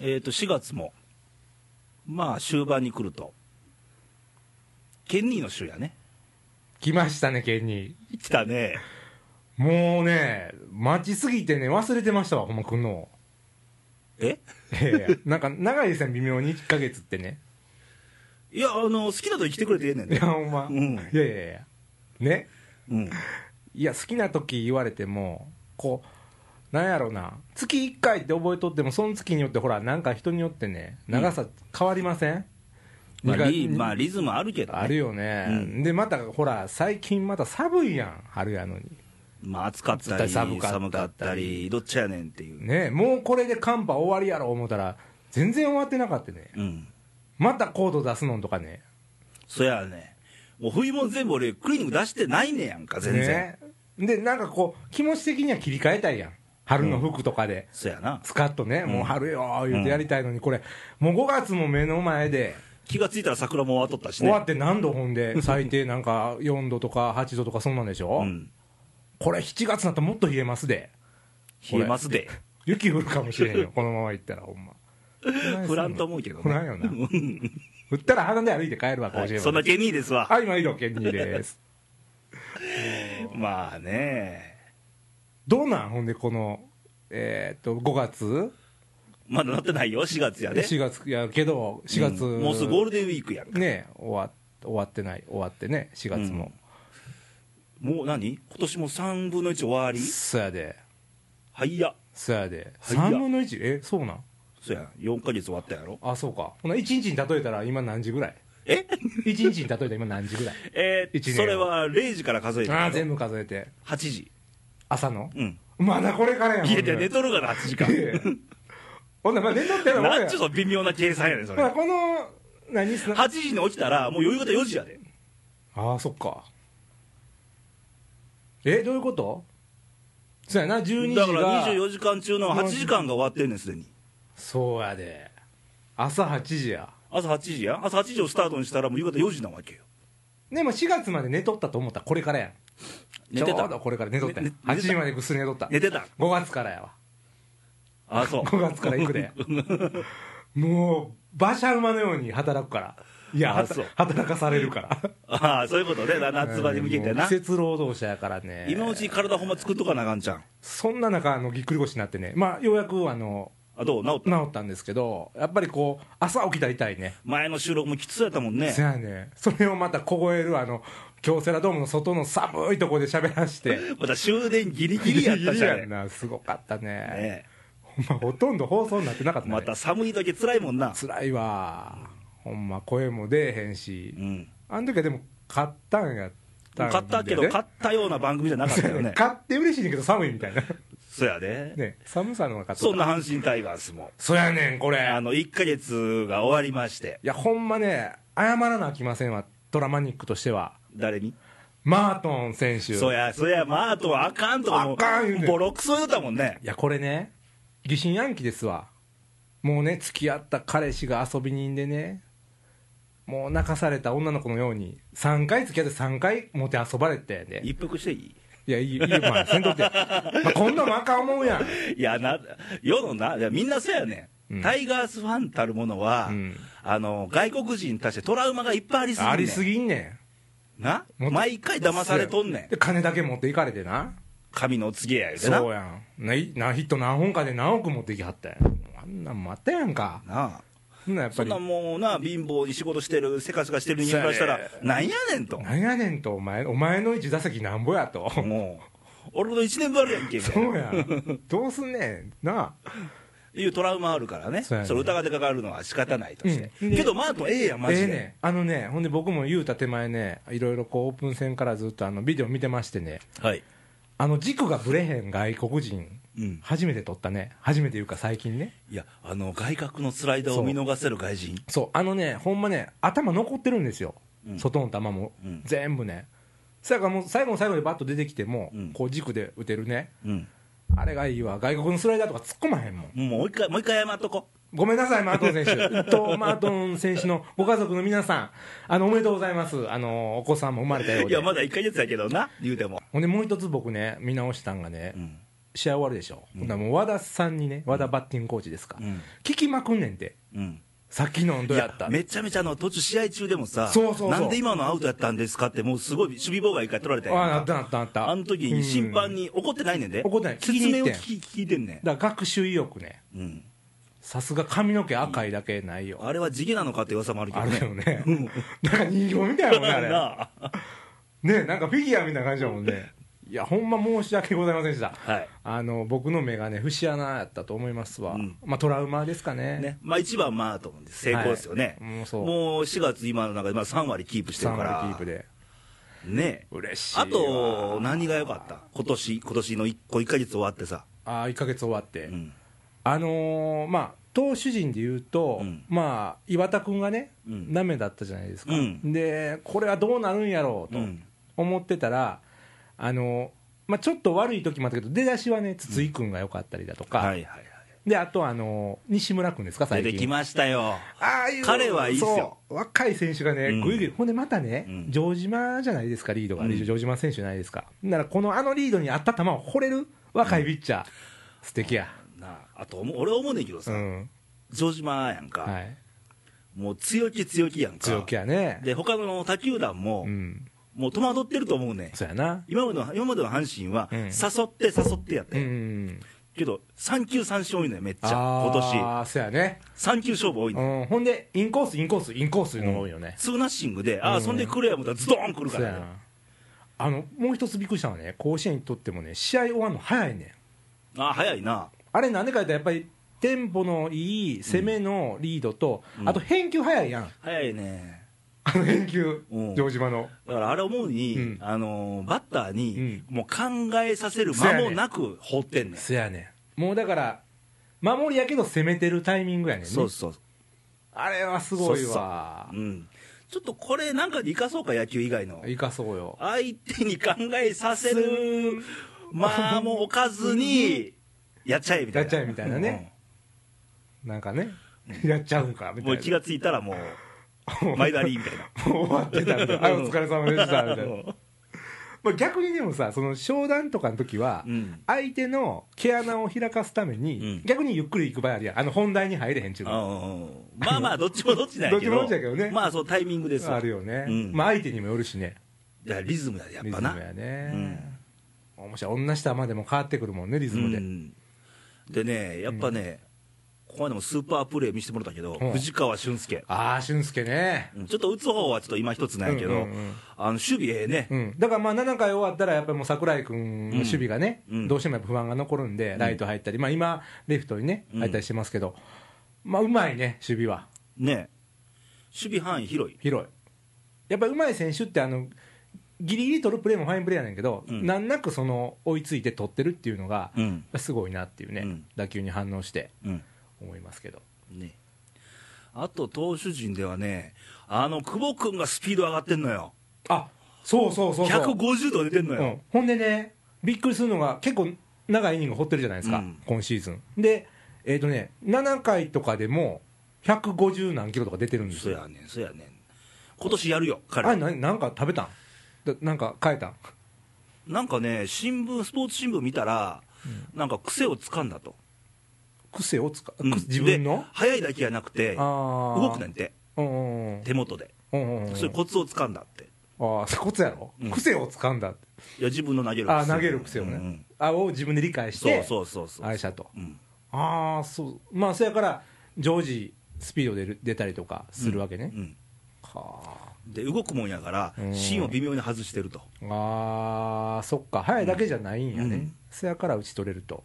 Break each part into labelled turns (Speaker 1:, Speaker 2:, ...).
Speaker 1: えー、と4月も、まあ、終盤に来ると、ケンニーの週やね、
Speaker 2: 来ましたね、ケンに。
Speaker 1: 来たね、
Speaker 2: もうね、待ちすぎてね、忘れてましたわ、ほんま、くんの。
Speaker 1: え
Speaker 2: いやいや なんか、長いですね、微妙に1ヶ月ってね。
Speaker 1: いや、あの好きな時来てくれてええねん
Speaker 2: い
Speaker 1: で
Speaker 2: や、、ほんま。
Speaker 1: うん
Speaker 2: いやいやいや。ね。
Speaker 1: うん、
Speaker 2: いや、好きな時言われても、こう、なんやろな、月1回って覚えとっても、その月によって、ほら、なんか人によってね、長さ変わりません、
Speaker 1: まあ
Speaker 2: 二
Speaker 1: リ
Speaker 2: 回
Speaker 1: まあ、リズムあるけど、ね、
Speaker 2: あるよね、
Speaker 1: うん
Speaker 2: でまたほら最近また寒いやん春やのに
Speaker 1: まあ、暑かったり、寒
Speaker 2: 寒か
Speaker 1: か
Speaker 2: ったり
Speaker 1: ったり、どっちやねんっていう、
Speaker 2: ねもうこれで寒波終わりやろ思ったら全然終わってなかったね
Speaker 1: うん、
Speaker 2: またコード出すのんとかね
Speaker 1: そやね、もう冬も全部俺、クリーニング出してないねやんか、全然、
Speaker 2: ねでなんかこう気持ち的には切り替えたいやん春の服とかで、
Speaker 1: そやな、
Speaker 2: スカッとね、もう春よー言うてやりたいのに、これ、もう5月も目の前で、
Speaker 1: 気がついたら桜も終わっとったし
Speaker 2: 終わ
Speaker 1: ね
Speaker 2: っ。て何度ほんで、最低なんか4度とか8度とか、そんなんでしょ、
Speaker 1: うん、
Speaker 2: これ、7月になったらもっと冷えますで、
Speaker 1: 冷えますで、
Speaker 2: 雪降るかもし れんよ、このまま行ったら、ほんま。
Speaker 1: 降らん と思うけど
Speaker 2: 降らんよな。降ったら鼻で歩いて帰るわ、
Speaker 1: は
Speaker 2: 甲子園
Speaker 1: い、
Speaker 2: ま
Speaker 1: そんな
Speaker 2: で
Speaker 1: ケニーですわ。
Speaker 2: はい、毎度、ケンニーです。
Speaker 1: まあね、
Speaker 2: どうなんほんで、この、えーっと、5月
Speaker 1: まだなってないよ、4月やで、
Speaker 2: ?4 月、やけど、4月。
Speaker 1: うんもうすぐゴールデンウィークやんか、
Speaker 2: ね終わ、終わってない、終わってね、4月も。
Speaker 1: もう何、今年も3分の1終わり、
Speaker 2: そやで、
Speaker 1: はいや、
Speaker 2: そやで、
Speaker 1: はいや
Speaker 2: 3分の1、え、そうなん
Speaker 1: そや、4か月終わったやろ、
Speaker 2: あ、そうか。ほな、1日に例えたら今何時ぐらい
Speaker 1: え
Speaker 2: ?1 日に例えたら今何時ぐらい
Speaker 1: えー
Speaker 2: 一年
Speaker 1: それは0時から数えて
Speaker 2: あー
Speaker 1: 8
Speaker 2: 全部数えて。
Speaker 1: 時、
Speaker 2: 朝の
Speaker 1: うん、
Speaker 2: まだこれからやん。
Speaker 1: いやいや、
Speaker 2: ほん
Speaker 1: 寝
Speaker 2: で
Speaker 1: とるから8時間、
Speaker 2: いやいやほんなら、まあ、寝とったらもう
Speaker 1: なん
Speaker 2: や
Speaker 1: ちゅうその微妙な計算やねん、そ
Speaker 2: ほら、
Speaker 1: れ、
Speaker 2: この、何すな。
Speaker 1: 8時に起きたら、もう夕方4時やで、
Speaker 2: ああ、そっか。え、どういうことそうやな、12時が。
Speaker 1: だから24時間中の8時間が終わってんねん、すでに。
Speaker 2: そうやで。朝8時や。
Speaker 1: 朝8時や朝8時をスタートにしたらもう夕方4時なわけよ
Speaker 2: でも4月まで寝とったと思ったらこれからやん。
Speaker 1: 寝て
Speaker 2: ちょ
Speaker 1: た
Speaker 2: うどこれから寝とったやん。
Speaker 1: ねね
Speaker 2: 8時までぐっすり寝とった。
Speaker 1: 寝てた
Speaker 2: 5月からやわ。
Speaker 1: あそう
Speaker 2: 5月から行くで。もう、馬車馬のように働くから。いや、
Speaker 1: あ
Speaker 2: はた
Speaker 1: そう
Speaker 2: 働かされるから。
Speaker 1: ああそういうことねな夏場に向けて
Speaker 2: もう
Speaker 1: な
Speaker 2: 季節労働者やからね。
Speaker 1: 今のうちに体ほんま作っとかなあかんちゃん
Speaker 2: そんな中、あの、ぎっくり腰になってね。まあ、ようやく、あの、
Speaker 1: あどう治った
Speaker 2: 治ったんですけど、やっぱりこう、朝起きたら痛いね。
Speaker 1: 前の収録もきつそうやったもんね
Speaker 2: そやね。それをまた凍える、あの、京セラドームの外の寒いとこで喋らして。
Speaker 1: また終電ギリギリ やったじゃん
Speaker 2: んな。すごかったね。
Speaker 1: ね
Speaker 2: ほ んま、ほとんど放送になってなかったね。
Speaker 1: また寒い時辛いもんな
Speaker 2: 辛いわ。ほんま、声も出えへんし
Speaker 1: う。ん
Speaker 2: あの時はでも、買ったんやったんで
Speaker 1: 買ったけど買ったような番組じゃなかったよ
Speaker 2: そうや
Speaker 1: ね
Speaker 2: ね買って嬉しいねんけど寒いみたいな。
Speaker 1: そやで
Speaker 2: ね、寒さの方が買っと
Speaker 1: そ
Speaker 2: っ
Speaker 1: ん
Speaker 2: た。
Speaker 1: な阪神タイガースも
Speaker 2: そやねん、これ。
Speaker 1: あの1か月が終わりまして
Speaker 2: いや、ほんまね、謝らなあきませんわ。ドラマニックとしては。
Speaker 1: 誰に
Speaker 2: マートン選手。
Speaker 1: そやそやまああとはあかんとかも
Speaker 2: あかん言うねん
Speaker 1: ボロクソ言うたもんね
Speaker 2: いや、これね、疑心暗鬼ですわ。もうね、付き合った彼氏が遊び人でね、もう泣かされた女の子のように、3回付き合って3回もて遊ばれてね。
Speaker 1: 一服していい
Speaker 2: いや、いい、いいよ、まあ、せんとって。まあ、こんなんもあかん思うやん。
Speaker 1: いやな世のないやみんなそうやねん、
Speaker 2: うん
Speaker 1: タイガースファンたるものは、
Speaker 2: うん
Speaker 1: あの外国人に対してトラウマがいっぱいありすぎんねん
Speaker 2: ありすぎんね。
Speaker 1: なん
Speaker 2: もっと
Speaker 1: 毎回騙されとんねん
Speaker 2: で、金だけ持っていかれてな。
Speaker 1: 神のお告げや言うてな
Speaker 2: そうやん。ないな、ヒット何本かで何億持ってきはったやん。あんなんもあったやんか。
Speaker 1: なあ
Speaker 2: そんなんやっぱ
Speaker 1: そん
Speaker 2: り
Speaker 1: な。もうな貧乏に仕事してるせかせかしてる人間からしたら
Speaker 2: そうや
Speaker 1: なんやねんと
Speaker 2: なんやねんと、お前、お前の1打席なんぼや と。
Speaker 1: もう俺の1年分あるやんけみたい
Speaker 2: そう
Speaker 1: な
Speaker 2: やん。どうすんねん。なあ。
Speaker 1: いうトラウマあるからね
Speaker 2: そう
Speaker 1: そ
Speaker 2: やね
Speaker 1: れ疑ってかかるのは仕方ないとして、
Speaker 2: うんで
Speaker 1: けどマートええやんマ
Speaker 2: え
Speaker 1: ジ
Speaker 2: え
Speaker 1: で、
Speaker 2: ねんあのね、ほんで僕も言うた手前ね、いろいろこうオープン戦からずっとあのビデオ見てましてね、
Speaker 1: はい、
Speaker 2: あの軸がぶれへん外国人、
Speaker 1: うん、
Speaker 2: 初めて撮ったね、初めて言うか、最近ね、
Speaker 1: いやあの外角のスライダーを見逃せる外人
Speaker 2: そう、あのね、ほんまね、頭残ってるんですよ、
Speaker 1: うん
Speaker 2: 外の球も、
Speaker 1: うん
Speaker 2: 全部ね、そやからもう最後の最後でバッと出てきても、
Speaker 1: うん
Speaker 2: こう軸で打てるね、
Speaker 1: うん
Speaker 2: あれがいいわ、外国のスライダーとか突っ込まへんもん、
Speaker 1: もう一回、もう一回謝っとこ
Speaker 2: ごめんなさい、マートン 選手と、マートン選手のご家族の皆さん、あのおめでとうございます、あのお子さんも生まれたよう
Speaker 1: う。
Speaker 2: で。
Speaker 1: いや、まだ一回ずつやけどな、言うても。
Speaker 2: ほんでもう一つ僕ね見直したんがね、
Speaker 1: うん。
Speaker 2: 試合終わるでしょ、ほんならもう和田さんにね、和田バッティングコーチですか、
Speaker 1: うん
Speaker 2: 聞きまくんねんて、
Speaker 1: うん
Speaker 2: さっきのどうやった
Speaker 1: いめちゃめちゃあの途中、試合中でもさ
Speaker 2: そうそうそう
Speaker 1: なんで今のアウトやったんですかって、もうすごい守備妨害一回取られたやん
Speaker 2: ああ、な
Speaker 1: か
Speaker 2: ったなったなった、
Speaker 1: あの時に審判に怒ってないねんで、
Speaker 2: 怒ってない
Speaker 1: 説
Speaker 2: 聞きに行
Speaker 1: 明
Speaker 2: っ
Speaker 1: を
Speaker 2: てん
Speaker 1: 聞き聞いてんね
Speaker 2: だから学習意欲ね、
Speaker 1: ん、うん、
Speaker 2: さすが髪の毛赤いだけないよ、
Speaker 1: あれは地毛なのかって噂もあるけど
Speaker 2: あ
Speaker 1: ね
Speaker 2: れ、よね
Speaker 1: うん、
Speaker 2: なんか人形みたいなもんね、あれ。
Speaker 1: なあ
Speaker 2: ねなんかフィギュアみたいな感じだもんねいやほんま申し訳ございませんでした
Speaker 1: はい
Speaker 2: あの僕の眼鏡節穴やったと思いますわ、
Speaker 1: うん
Speaker 2: まあトラウマですかね
Speaker 1: ねまあ、一番まあと思うんです、成功ですよね、
Speaker 2: はいもうそ
Speaker 1: も
Speaker 2: う
Speaker 1: う4月、今の中でまあ3割キープして
Speaker 2: 3
Speaker 1: るか
Speaker 2: 割キー
Speaker 1: ら
Speaker 2: プ、で
Speaker 1: ね
Speaker 2: 嬉しいわ
Speaker 1: あと、何が良かった、今年今年の1個1か月終わってさ、
Speaker 2: ああ1か月終わって、
Speaker 1: うん
Speaker 2: あのーまあ投手陣でいうと、
Speaker 1: うん
Speaker 2: まあ岩田君がね、
Speaker 1: うん
Speaker 2: ダメだったじゃないですか、
Speaker 1: うん
Speaker 2: でこれはどうなるんやろうと
Speaker 1: うん
Speaker 2: 思ってたら、あのーまあ、ちょっと悪い時もあったけど出だしはね筒井君が良かったりだとか、
Speaker 1: はいはい
Speaker 2: であと、あのー西村君ですか
Speaker 1: はい、
Speaker 2: 最
Speaker 1: 出
Speaker 2: 近
Speaker 1: てきましたよ、
Speaker 2: ああいう
Speaker 1: 彼はいいっすよ
Speaker 2: そう若い選手がね、
Speaker 1: うん
Speaker 2: ぐいぐい、ほんでまたね、
Speaker 1: うん
Speaker 2: 城島じゃないですか、リードが、
Speaker 1: うん
Speaker 2: 城島選手じゃないですか、ならこのあのリードに合った球を惚れる若いピッチャー、素敵や、
Speaker 1: なああと思う俺は思うねんけど
Speaker 2: う
Speaker 1: さ、
Speaker 2: ん、
Speaker 1: 城島やんか、
Speaker 2: はい、
Speaker 1: もう強気強気やんか、
Speaker 2: 強気やね、
Speaker 1: で他の他球団も、
Speaker 2: うん、
Speaker 1: もう戸惑ってると思うねん
Speaker 2: そうやな、
Speaker 1: 今までの今までの阪神は、
Speaker 2: うん
Speaker 1: 誘って誘ってやって、
Speaker 2: うん、
Speaker 1: けど、3球三振多いのよ、めっちゃ、
Speaker 2: あ
Speaker 1: 今年
Speaker 2: ああ、そうやね、
Speaker 1: 3球勝負多いのよ、
Speaker 2: うん、ほんで、インコース、インコース、インコースいうのが多いよね、
Speaker 1: ツーナッシングで、あ
Speaker 2: う
Speaker 1: あ、
Speaker 2: ん
Speaker 1: そんで来るや思ったら、ズドーン来るか
Speaker 2: そうや
Speaker 1: ら
Speaker 2: な
Speaker 1: ね、
Speaker 2: あのもう一つびっくりしたのはね、甲子園にとってもね、試合終わるの早いねん。
Speaker 1: ああ、早いな、
Speaker 2: あれなんでかってやっぱりテンポのいい攻めのリードと、
Speaker 1: うん
Speaker 2: あと返球早いやん、
Speaker 1: 早いね、
Speaker 2: あの返球
Speaker 1: うん、
Speaker 2: 城島の、
Speaker 1: だからあれ思うに、
Speaker 2: うん
Speaker 1: あのーバッターに、
Speaker 2: う
Speaker 1: もう考えさせる間もなく放ってんねん、
Speaker 2: せやねん、もうだから、守りやけど攻めてるタイミングやねんね、
Speaker 1: そうそう、
Speaker 2: あれはすごいわ
Speaker 1: う、ん、ちょっとこれ、なんかで生かそうか、野球以外の、
Speaker 2: 生かそうよ、
Speaker 1: 相手に考えさせる間も置かずに、やっちゃえみたいな、
Speaker 2: やっちゃえみたいなねなんかね、やっちゃうんか
Speaker 1: う
Speaker 2: み
Speaker 1: ん、
Speaker 2: た
Speaker 1: も
Speaker 2: いうな、
Speaker 1: 気がついたら、もう、前田りみたいな。
Speaker 2: も う終わってた みたいな、あお疲れ様でした みたいな、
Speaker 1: う
Speaker 2: まあ、逆にでもさ、その商談とかの時は、
Speaker 1: ん
Speaker 2: 相手の毛穴を開かすために、
Speaker 1: うん
Speaker 2: 逆にゆっくり行く場合あるやん、あの本題に入れへんちゅうの。
Speaker 1: うんまあまあ、どっちもどっちなんやけど、
Speaker 2: どっちもどっちやけどね
Speaker 1: まあ、そう、タイミングですわ
Speaker 2: あるよね、
Speaker 1: うん
Speaker 2: まあ相手にもよるしね、
Speaker 1: いやリズムやでやっ
Speaker 2: リズ
Speaker 1: ぱ
Speaker 2: ム
Speaker 1: な。
Speaker 2: やね、面白い、同じ球でも変わってくるもんね、リズ
Speaker 1: うん
Speaker 2: ムで、
Speaker 1: うんでね、やっぱね、ここまでもスーパープレー見せてもらったけど、
Speaker 2: うん
Speaker 1: 藤川俊介、
Speaker 2: ああ、俊介ね、
Speaker 1: うんちょっと打つ方はちょっと今一つなんやけ
Speaker 2: うん
Speaker 1: ど
Speaker 2: うんうん、
Speaker 1: あの守備ええね、
Speaker 2: うん、だからまあ7回終わったら、やっぱりもう櫻井君の守備がね、
Speaker 1: うん
Speaker 2: どうしてもやっぱ不安が残るんで、ライト入ったり、まあ、今、レフトにね、
Speaker 1: うん
Speaker 2: 入ったりしてますけど、まあうまいね、守備は、
Speaker 1: ね、守備範囲広い、
Speaker 2: 広い、やっぱりうまい選手ってあの、ギリギリ取るプレーもファインプレーやねんけど、
Speaker 1: うん
Speaker 2: 難なくその追いついて取ってるっていうのが、
Speaker 1: うん
Speaker 2: すごいなっていうね、
Speaker 1: うん
Speaker 2: 打球に反応して
Speaker 1: うん
Speaker 2: 思いますけど。
Speaker 1: ね、あと投手陣ではね、あの久保君がスピード上がってんのよ、
Speaker 2: あそうそうそうそう
Speaker 1: 150度出てんの
Speaker 2: う
Speaker 1: よ、
Speaker 2: ん、ほんでねびっくりするのが結構長いイニング放ってるじゃないですか、
Speaker 1: うん
Speaker 2: 今シーズンでえっ、とね7回とかでも150何キロとか出てるんです
Speaker 1: そ
Speaker 2: よ
Speaker 1: やねん、そやねん、今年やるよ、
Speaker 2: あ
Speaker 1: 彼
Speaker 2: れななんか食べたんだなんか変えたん
Speaker 1: なんかね、新聞、スポーツ新聞見たら、なんか癖をつかんだと、
Speaker 2: 癖をつか、
Speaker 1: うん
Speaker 2: 自分の
Speaker 1: で速いだけじゃなくて、
Speaker 2: あー
Speaker 1: 動くねんて、
Speaker 2: うんうんうん
Speaker 1: 手元で、
Speaker 2: うんうんうん
Speaker 1: それ、コツをつかんだって、
Speaker 2: ああそこつやろ、
Speaker 1: うん
Speaker 2: 癖をつかんだって
Speaker 1: いや、自分の投げる
Speaker 2: ああ投げる癖をね、
Speaker 1: うんうん
Speaker 2: あを自分で理解し
Speaker 1: そ
Speaker 2: て
Speaker 1: うそうそうそう、
Speaker 2: あれしたと
Speaker 1: うん
Speaker 2: ああそうまあそやから常時スピード出る出たりとかするわけね、
Speaker 1: うん
Speaker 2: はあ
Speaker 1: で動くもんやから
Speaker 2: うん、
Speaker 1: 芯を微妙に外してると、
Speaker 2: あーそっか早いだけじゃないんやね、
Speaker 1: うん
Speaker 2: そやから打ち取れると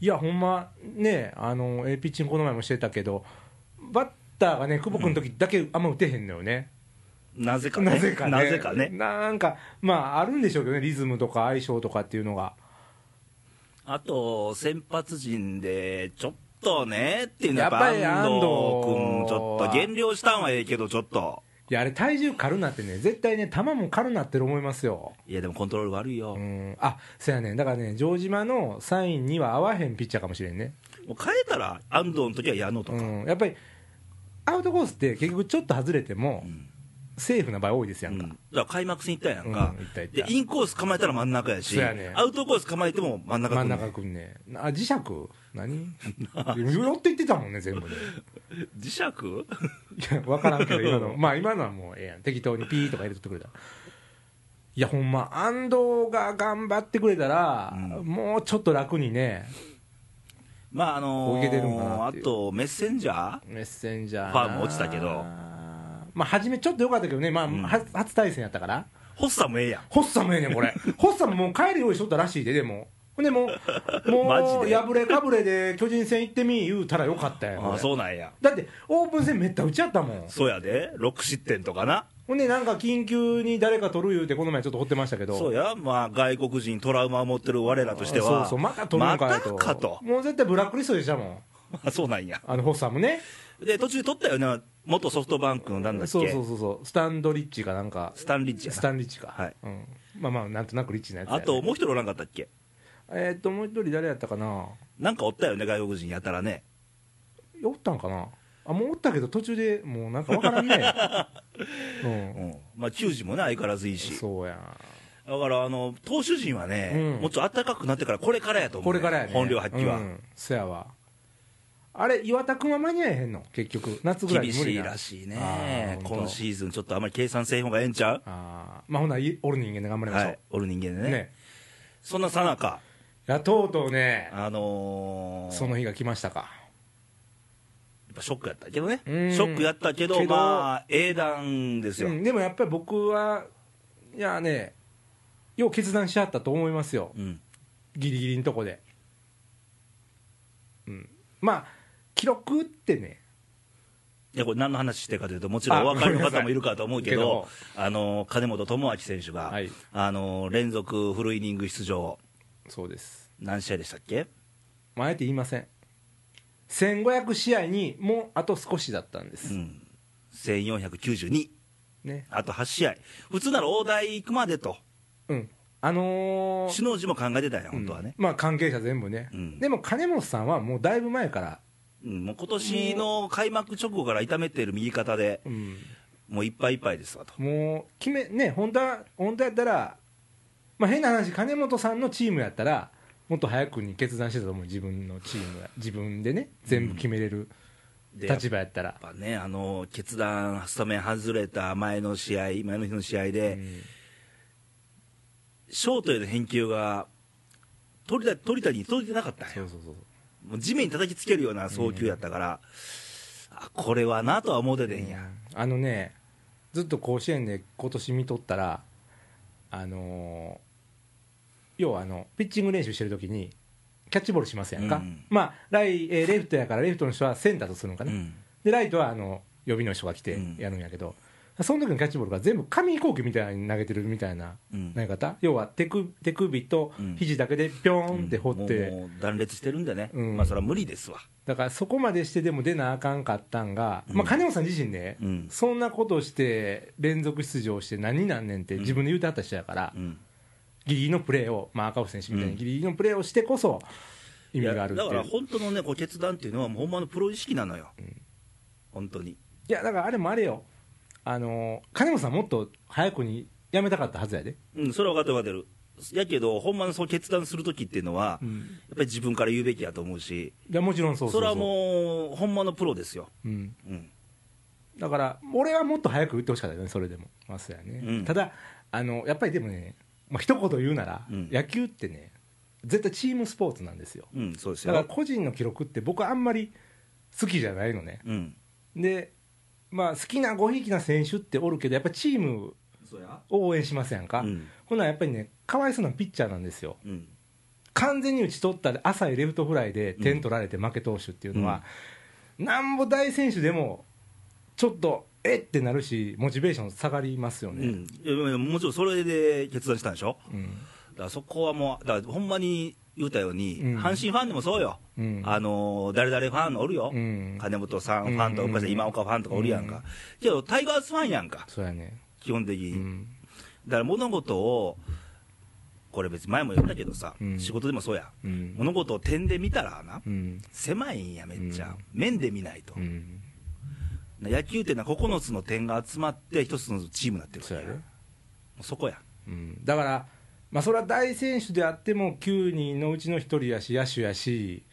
Speaker 2: いやほんまねあのええピッチングこの前もしてたけどバッターがね久保君の時だけあんま打てへんのよね、
Speaker 1: なぜかね、
Speaker 2: なぜかね
Speaker 1: なぜかね
Speaker 2: なんかまああるんでしょうけどねリズムとか相性とかっていうのが
Speaker 1: あと、先発陣で、ちょっとねっていうのは、
Speaker 2: やっぱり
Speaker 1: 安藤君、ちょっ
Speaker 2: 安
Speaker 1: と
Speaker 2: 藤は
Speaker 1: 減量したんはええけど、ちょっと、
Speaker 2: いやあれ体重軽なってね絶対ね球も軽なってる思いますよ
Speaker 1: いや、でもコントロール悪いよ、
Speaker 2: う
Speaker 1: も
Speaker 2: んあそやねだからね城島のサインには合わへんピッチャーかもしれんね
Speaker 1: う変えたら、安藤の時は矢野と
Speaker 2: う
Speaker 1: か。
Speaker 2: んやっぱりアウトコースって結局ちょっと外れても、
Speaker 1: うん
Speaker 2: セーフな場合多いですや
Speaker 1: うんん、だ
Speaker 2: か
Speaker 1: か、ら開幕戦行ったやんか
Speaker 2: うん行った行っ
Speaker 1: で
Speaker 2: た
Speaker 1: インコース構えたら真ん中やし
Speaker 2: そうやね
Speaker 1: アウトコース構えても真ん中
Speaker 2: 真
Speaker 1: 来
Speaker 2: ん
Speaker 1: んねん
Speaker 2: 中くんねあ磁石 何寄って言ってたもんね全部ね
Speaker 1: 磁石
Speaker 2: いや分からんけど今のまあ今のはもうええやん適当にピーとか入れとってくれたいやほんま安藤が頑張ってくれたら、
Speaker 1: うん
Speaker 2: もうちょっと楽にね
Speaker 1: まああの
Speaker 2: こういけてるんかな
Speaker 1: ー、
Speaker 2: っ
Speaker 1: あ
Speaker 2: ていう
Speaker 1: とメッセンジャー
Speaker 2: メッセンジャーな
Speaker 1: ファウも落ちたけど
Speaker 2: まあ初めちょっと良かったけどね、まあ
Speaker 1: ん
Speaker 2: 初初対戦やったから
Speaker 1: ホッサもええやん
Speaker 2: ホッサもええね んこれホッサももう帰る用意しとったらしいででもほんでもうもう
Speaker 1: マジで
Speaker 2: 破れかぶれで巨人戦行ってみ言うたらよかったやんこ
Speaker 1: あ
Speaker 2: れ
Speaker 1: そうなんや
Speaker 2: だってオープン戦めった打ちやったもん
Speaker 1: そうやで6失点とかな
Speaker 2: ほんでなんか緊急に誰か取る言うてこの前ちょっと掘ってましたけど
Speaker 1: そうやまあ外国人トラウマを持ってる我らとしては
Speaker 2: そうそうまた取るんかいと
Speaker 1: またかと
Speaker 2: もう絶対ブラックリストでしたもん
Speaker 1: あそうなんや
Speaker 2: あのホッサもね
Speaker 1: で途中取ったよな元ソフトバンクのなんだっけ
Speaker 2: そうそうそうそうスタンドリッチかなんか
Speaker 1: スタンリッジや
Speaker 2: ス
Speaker 1: な
Speaker 2: タンリッチか
Speaker 1: はい
Speaker 2: うん、まあまあなんとなくリッチなやつや
Speaker 1: あ
Speaker 2: ね
Speaker 1: ともう一人おらんかったっけ
Speaker 2: えーっともう一人誰やったかな
Speaker 1: なんかおったよね外国人やたらね
Speaker 2: おったんかなあもうおったけど途中でもうなんかわからん ねう
Speaker 1: うんんまあ球児もね相変わらずいいし
Speaker 2: そうやん
Speaker 1: だからあの投手陣はね、
Speaker 2: うん
Speaker 1: もうちょっと暖かくなってからこれからやと思う、
Speaker 2: これからやね
Speaker 1: 本領発揮は、
Speaker 2: うんそやわあれ岩田君は間に合えへんの結局夏ぐらい
Speaker 1: 厳
Speaker 2: に無
Speaker 1: し
Speaker 2: 理
Speaker 1: い
Speaker 2: な
Speaker 1: らしい
Speaker 2: あ
Speaker 1: ね
Speaker 2: ー
Speaker 1: 今シーズンちょっとあまり計算せん方がええんちゃう
Speaker 2: あーまあほんならいおる人間で頑張りまし
Speaker 1: は
Speaker 2: ょ
Speaker 1: いおる人間
Speaker 2: う、
Speaker 1: でね
Speaker 2: ね
Speaker 1: そんなさなか
Speaker 2: いやとうとうね
Speaker 1: あのー、
Speaker 2: その日が来ましたか
Speaker 1: やっぱショックやったけどね、シ
Speaker 2: うん
Speaker 1: ョックやったけど、
Speaker 2: けど
Speaker 1: まあ、英断ですよ、
Speaker 2: うんでもやっぱり僕はいやねよう決断しはったと思いますよ
Speaker 1: うん
Speaker 2: ギリギリのとこで、うん、まあ記録ってね
Speaker 1: いやこれ、何の話してるかというと、もちろん
Speaker 2: あ
Speaker 1: お分かりの
Speaker 2: ごめん
Speaker 1: 方
Speaker 2: なさい
Speaker 1: もいるかと思うけど、
Speaker 2: けど
Speaker 1: あの金本智明選手が、
Speaker 2: はい
Speaker 1: あの連続フルイニング出場、
Speaker 2: そうです
Speaker 1: 何試合でしたっけ、
Speaker 2: まああえて言いません1500試合にもうあと少しだったんで
Speaker 1: う
Speaker 2: す、
Speaker 1: ん、1492、
Speaker 2: ね
Speaker 1: あと8試合、普通なら大台行くまでと、
Speaker 2: うんあのー
Speaker 1: 首脳陣も考えてたんや、本当はね、
Speaker 2: うんまあ関係者全部ね、
Speaker 1: うん
Speaker 2: でも金本さんはもうだいぶ前から、
Speaker 1: うんもう今年の開幕直後から痛めてる右肩で、
Speaker 2: うん、
Speaker 1: もういっぱいいっぱいですわと、
Speaker 2: もう決めね本当は本当やったら、まあ、変な話金本さんのチームやったらもっと早くに決断してたと思う自分のチームは自分でね全部決めれる
Speaker 1: で
Speaker 2: 立場やったら、
Speaker 1: やっぱね、あの決断、スタメン外れた前の試合、前の日の試合
Speaker 2: う
Speaker 1: で、
Speaker 2: ん
Speaker 1: ショートへの返球が鳥谷鳥谷に届いてなかったん
Speaker 2: そ
Speaker 1: よ
Speaker 2: うそうそう
Speaker 1: もう地面に叩きつけるような送球やったから、あこれはなとは思っててんや、
Speaker 2: あのねずっと甲子園で今年見とったらあのー要はあのピッチング練習してる時にキャッチボールしますやんか、
Speaker 1: うん
Speaker 2: まあライ、えーレフトやからレフトの人はセンターとするのか
Speaker 1: う
Speaker 2: な、
Speaker 1: ん
Speaker 2: でライトはあの予備の人が来てやるんやけど、その時のキャッチボールが全部紙飛行機みたいに投げてるみたいな
Speaker 1: うん
Speaker 2: 投げ方、要は手首手首と
Speaker 1: うん
Speaker 2: 肘だけでピョーンって掘って、
Speaker 1: もうもう断裂してるんでね、
Speaker 2: うん
Speaker 1: まあそれは無理ですわ、
Speaker 2: だからそこまでしてでも出なあかんかったんが、
Speaker 1: うん
Speaker 2: まあ、金本さん自身ね、
Speaker 1: うん
Speaker 2: そんなことして連続出場して何なんねんって自分で言うてはった人やから、
Speaker 1: うん
Speaker 2: ギリギリのプレーを、まあ、赤星選手みたいにギリギリのプレーをしてこそ意味があるっ
Speaker 1: いや
Speaker 2: てい
Speaker 1: だから
Speaker 2: う
Speaker 1: 本当のねこう決断っていうのはもうほんまのプロ意識なのよ、本当に
Speaker 2: いやだからあれもあれよあの金本さんもっと早くに辞めたかったはずやで、
Speaker 1: うんそれは分かってる分かってるやけどほんまのその決断するときっていうのは、やっぱり自分から言うべきやと思うし
Speaker 2: いやもちろんそうそ
Speaker 1: そ
Speaker 2: う
Speaker 1: れ
Speaker 2: う
Speaker 1: はもうほんまのプロですよ、
Speaker 2: うん、
Speaker 1: うん、
Speaker 2: だから俺はもっと早く打ってほしかったよねそれでもまさやね、
Speaker 1: うん
Speaker 2: ただあのやっぱりでもね、まあ一言言うなら、
Speaker 1: うん
Speaker 2: 野球ってね絶対チームスポーツなんですよ
Speaker 1: うん、そうです
Speaker 2: だから
Speaker 1: よ、
Speaker 2: 個人の記録って僕はあんまり好きじゃないのね
Speaker 1: うん、
Speaker 2: でまあ好きなごひいきな選手っておるけどやっぱチーム
Speaker 1: そうや、
Speaker 2: を応援しますやんか、
Speaker 1: うん
Speaker 2: ほなやっぱりねかわいそうなピッチャーなんですよ
Speaker 1: うん、
Speaker 2: 完全に打ち取った浅いレフトフライで点取られて負け投手っていうのは、なんぼ大選手でもちょっとえってなるしモチベーション下がりますよ
Speaker 1: う
Speaker 2: ね、
Speaker 1: んいやいや、もちろんそれで決断したんでしょ、
Speaker 2: うん
Speaker 1: だからそこはもう、だからほんまに言うたように、
Speaker 2: うん
Speaker 1: 阪神ファンでもそうよ、
Speaker 2: うん
Speaker 1: あのー誰々ファンおるよ、
Speaker 2: うん
Speaker 1: 金本さんファンとか、
Speaker 2: うん
Speaker 1: 今岡ファンとかおるやんか、けどタイガースファンやんか、
Speaker 2: そうやね、
Speaker 1: 基本的に。
Speaker 2: うん
Speaker 1: だから物事を、これ別に前も言ったけどさ、
Speaker 2: うん
Speaker 1: 仕事でもそうや、
Speaker 2: うん
Speaker 1: 物事を点で見たらな、
Speaker 2: うん
Speaker 1: 狭いんや、めっちゃ、
Speaker 2: うん
Speaker 1: 面で見ないと。
Speaker 2: うん
Speaker 1: 野球ってのは9つの点が集まって一つのチームになってるか
Speaker 2: そう
Speaker 1: ら
Speaker 2: やね、
Speaker 1: もうそこや
Speaker 2: うん、だから、まあ、それは大選手であっても9人のうちの1人やし野手やし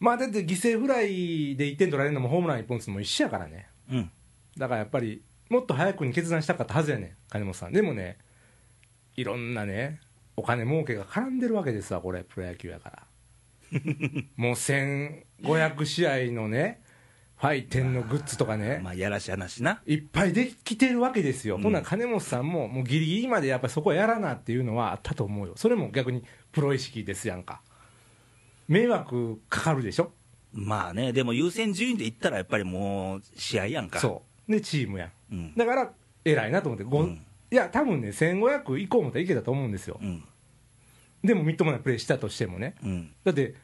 Speaker 2: まあだって犠牲フライで1点取られるのもホームラン1本打つのも一緒やからね
Speaker 1: うん
Speaker 2: だからやっぱりもっと早くに決断したかったはずやねん金本さんでもねいろんなねお金儲けが絡んでるわけですわこれプロ野球やからもう1500試合のねファイテンのグッズとかね
Speaker 1: まあやらしい話ない
Speaker 2: っぱいできてるわけですよ、
Speaker 1: うん
Speaker 2: ほな金本さんも、もうギリギリまでやっぱりそこはやらなっていうのはあったと思うよ、それも逆にプロ意識ですやんか、迷惑かかるでしょ、
Speaker 1: まあねでも優先順位で言ったらやっぱりもう試合やんか
Speaker 2: そう、で、チームやん、
Speaker 1: ううん
Speaker 2: だから偉いなと思って、ご
Speaker 1: うん
Speaker 2: いや、多分ね、1500以降もたらいけたと思うんですよ、
Speaker 1: うん
Speaker 2: でもみっともないプレーしたとしてもね、
Speaker 1: うん
Speaker 2: だって、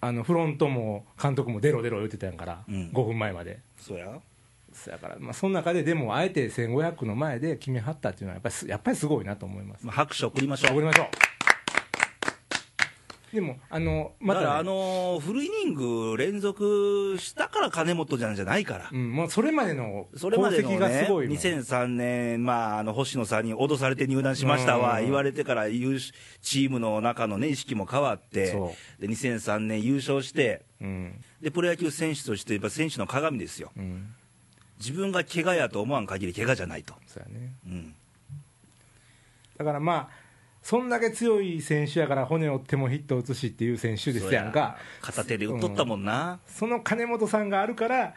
Speaker 2: あのフロントも監督も出ろ出ろ言ってたやんから、
Speaker 1: うん
Speaker 2: 5分前まで。
Speaker 1: そうや
Speaker 2: そやからまあ、その中で、でもあえて1500の前で決めはったっていうのはやっぱりす、やっぱりすごいなと思います。
Speaker 1: まあ拍手送りましょう
Speaker 2: 送りましょうでもあのま
Speaker 1: だ
Speaker 2: た、
Speaker 1: から、
Speaker 2: ね
Speaker 1: あのーフルイニング連続したから金本じゃんじゃないから、
Speaker 2: うん、もうそれまでの
Speaker 1: そ
Speaker 2: 功
Speaker 1: れまでの、
Speaker 2: 績がす
Speaker 1: ね、
Speaker 2: ごいもん
Speaker 1: 2003年、まあ、あの星野さんに脅されて入団しました
Speaker 2: う
Speaker 1: わ、
Speaker 2: ん
Speaker 1: 言われてから優勝チームの中の、ね、意識も変わって
Speaker 2: そ
Speaker 1: で、2003年優勝して
Speaker 2: うん
Speaker 1: で、プロ野球選手として、やっぱ選手の鏡ですよ、
Speaker 2: うん
Speaker 1: 自分が怪我やと思わん限り怪我じゃないと、
Speaker 2: そうやね
Speaker 1: うん、
Speaker 2: だからまあそんだけ強い選手やから骨折ってもヒット打つしっていう選手ですやんか
Speaker 1: そりゃ片手で打っとったもんな、
Speaker 2: その金本さんがあるから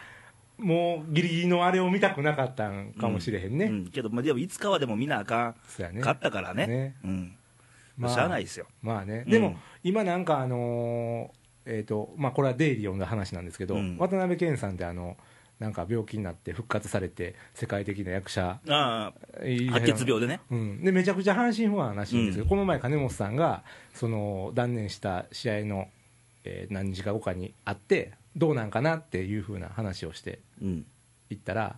Speaker 2: もうギリギリのあれを見たくなかったんかもしれへんね、
Speaker 1: うんけど、まあ、でもいつかはでも見なあか
Speaker 2: そうや
Speaker 1: ん、
Speaker 2: ね
Speaker 1: 勝ったからね、
Speaker 2: ね
Speaker 1: うん
Speaker 2: まあ
Speaker 1: しゃあないですよ。
Speaker 2: まあね、
Speaker 1: うん
Speaker 2: でも今なんかあのーえっ、とまあこれはデイリー読んだ話なんですけど、
Speaker 1: うん
Speaker 2: 渡辺謙さんってあのなんか病気になって復活されて世界的な役者
Speaker 1: ああ
Speaker 2: いい
Speaker 1: 白血病でね、
Speaker 2: うん、でめちゃくちゃ阪神ファンらしいんですけど、
Speaker 1: うん
Speaker 2: この前、金本さんがその断念した試合の、えー何日か後かに会って、どうなんかなっていうふうな話をして
Speaker 1: うん
Speaker 2: いったら、